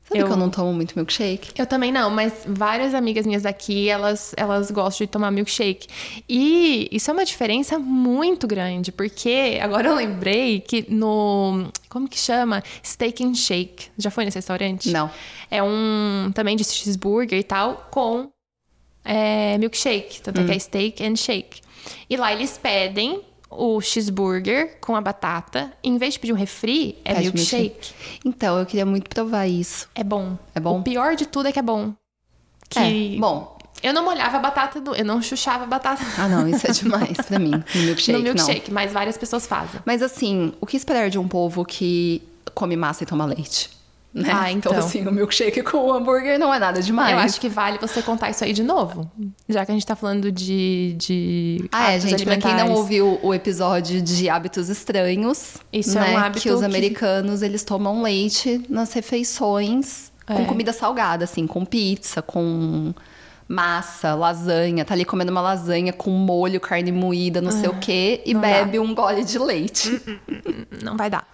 Speaker 2: Sabe
Speaker 1: Eu-
Speaker 2: que eu não tomo muito milkshake?
Speaker 1: Eu também não, mas várias amigas minhas daqui, elas, elas gostam de tomar milkshake. E isso é uma diferença muito grande, porque agora eu lembrei que no. Como que chama? Steak and Shake. Já foi nesse restaurante?
Speaker 2: Não.
Speaker 1: É um também de cheeseburger e tal, com é, milkshake. Tanto é
Speaker 2: Hum.
Speaker 1: que é steak and shake. E lá eles pedem o cheeseburger com a batata. Em vez de pedir um refri, é
Speaker 2: Pede
Speaker 1: milkshake.
Speaker 2: Então, eu queria muito provar isso.
Speaker 1: É bom.
Speaker 2: É bom?
Speaker 1: O pior de tudo é que é bom. Que
Speaker 2: É, bom.
Speaker 1: eu não molhava a batata do. Eu não chuchava a batata
Speaker 2: Ah, não, isso é demais pra mim. No milkshake,
Speaker 1: no
Speaker 2: não.
Speaker 1: milkshake, mas várias pessoas fazem.
Speaker 2: Mas assim, o que esperar de um povo que come massa e toma leite? Né?
Speaker 1: Ah, então.
Speaker 2: assim, o milkshake com o hambúrguer não é nada demais.
Speaker 1: Eu acho que vale você contar isso aí de novo. Já que a gente tá falando de. de
Speaker 2: Ah, é,
Speaker 1: hábitos
Speaker 2: gente, pra quem não
Speaker 1: alimentares.
Speaker 2: ouviu o episódio de hábitos estranhos,
Speaker 1: Isso é
Speaker 2: né,
Speaker 1: um hábito
Speaker 2: que os
Speaker 1: que-
Speaker 2: americanos, eles tomam leite nas refeições
Speaker 1: É.
Speaker 2: com comida salgada, assim, com pizza, com massa, lasanha, tá ali comendo uma lasanha com molho, carne moída, não sei o quê, e
Speaker 1: Ah, não dá.
Speaker 2: bebe um gole de leite.
Speaker 1: Não vai dar.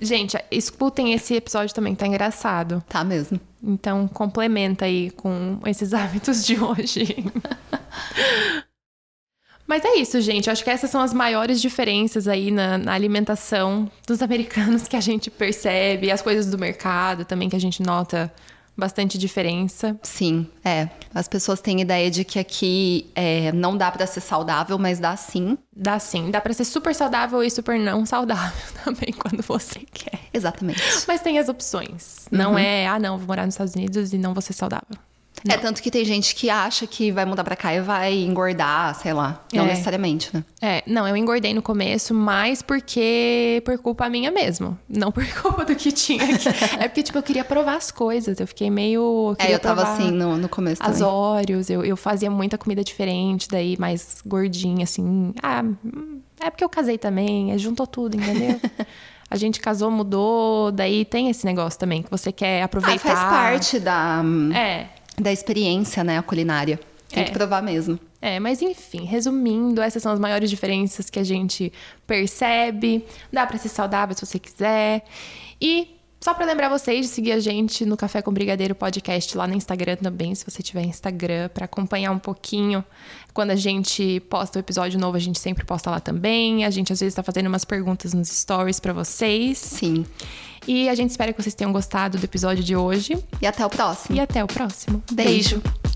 Speaker 1: Gente, escutem esse episódio também, tá engraçado.
Speaker 2: Tá mesmo.
Speaker 1: Então, complementa aí com esses hábitos de hoje. Mas é isso, gente. Eu acho que essas são as maiores diferenças aí na, na alimentação dos americanos que a gente percebe, as coisas do mercado também que a gente nota bastante diferença.
Speaker 2: Sim, é. As pessoas têm ideia de que aqui é, não dá pra ser saudável, mas dá sim.
Speaker 1: Dá sim, dá pra ser super saudável e super não saudável também quando você quer.
Speaker 2: Exatamente.
Speaker 1: Mas tem as opções. Não é, ah, não, vou morar nos Estados Unidos e não vou ser saudável.
Speaker 2: É tanto que tem gente que acha que vai mudar pra cá e vai engordar, sei lá. Não
Speaker 1: É.
Speaker 2: necessariamente, né?
Speaker 1: É, não, eu engordei no começo, mas porque por culpa minha mesmo. Não por culpa do que tinha aqui. É porque, tipo, eu queria provar as coisas. Eu fiquei meio.
Speaker 2: É,
Speaker 1: queria
Speaker 2: eu tava
Speaker 1: provar
Speaker 2: assim no, no começo
Speaker 1: As
Speaker 2: também.
Speaker 1: óleos, eu, eu fazia muita comida diferente, daí mais gordinha, assim. Ah, hum, é porque eu casei também, é, juntou tudo, entendeu? A gente casou, mudou, daí tem esse negócio também, que você quer
Speaker 2: Ah,
Speaker 1: aproveitar.
Speaker 2: faz parte da,
Speaker 1: É,
Speaker 2: da experiência, né? A culinária. Tem
Speaker 1: É.
Speaker 2: que provar mesmo.
Speaker 1: É, mas enfim, resumindo, essas são as maiores diferenças que a gente percebe. Dá pra ser saudável se você quiser. E só pra lembrar vocês de seguir a gente no Café com Brigadeiro Podcast lá no Instagram também, se você tiver Instagram, pra acompanhar um pouquinho. Quando a gente posta o episódio novo, a gente sempre posta lá também. A gente às vezes tá fazendo umas perguntas nos stories pra vocês.
Speaker 2: Sim.
Speaker 1: E a gente espera que vocês tenham gostado do episódio de hoje
Speaker 2: E até o próximo.
Speaker 1: e até o próximo.
Speaker 2: Beijo.
Speaker 1: Beijo.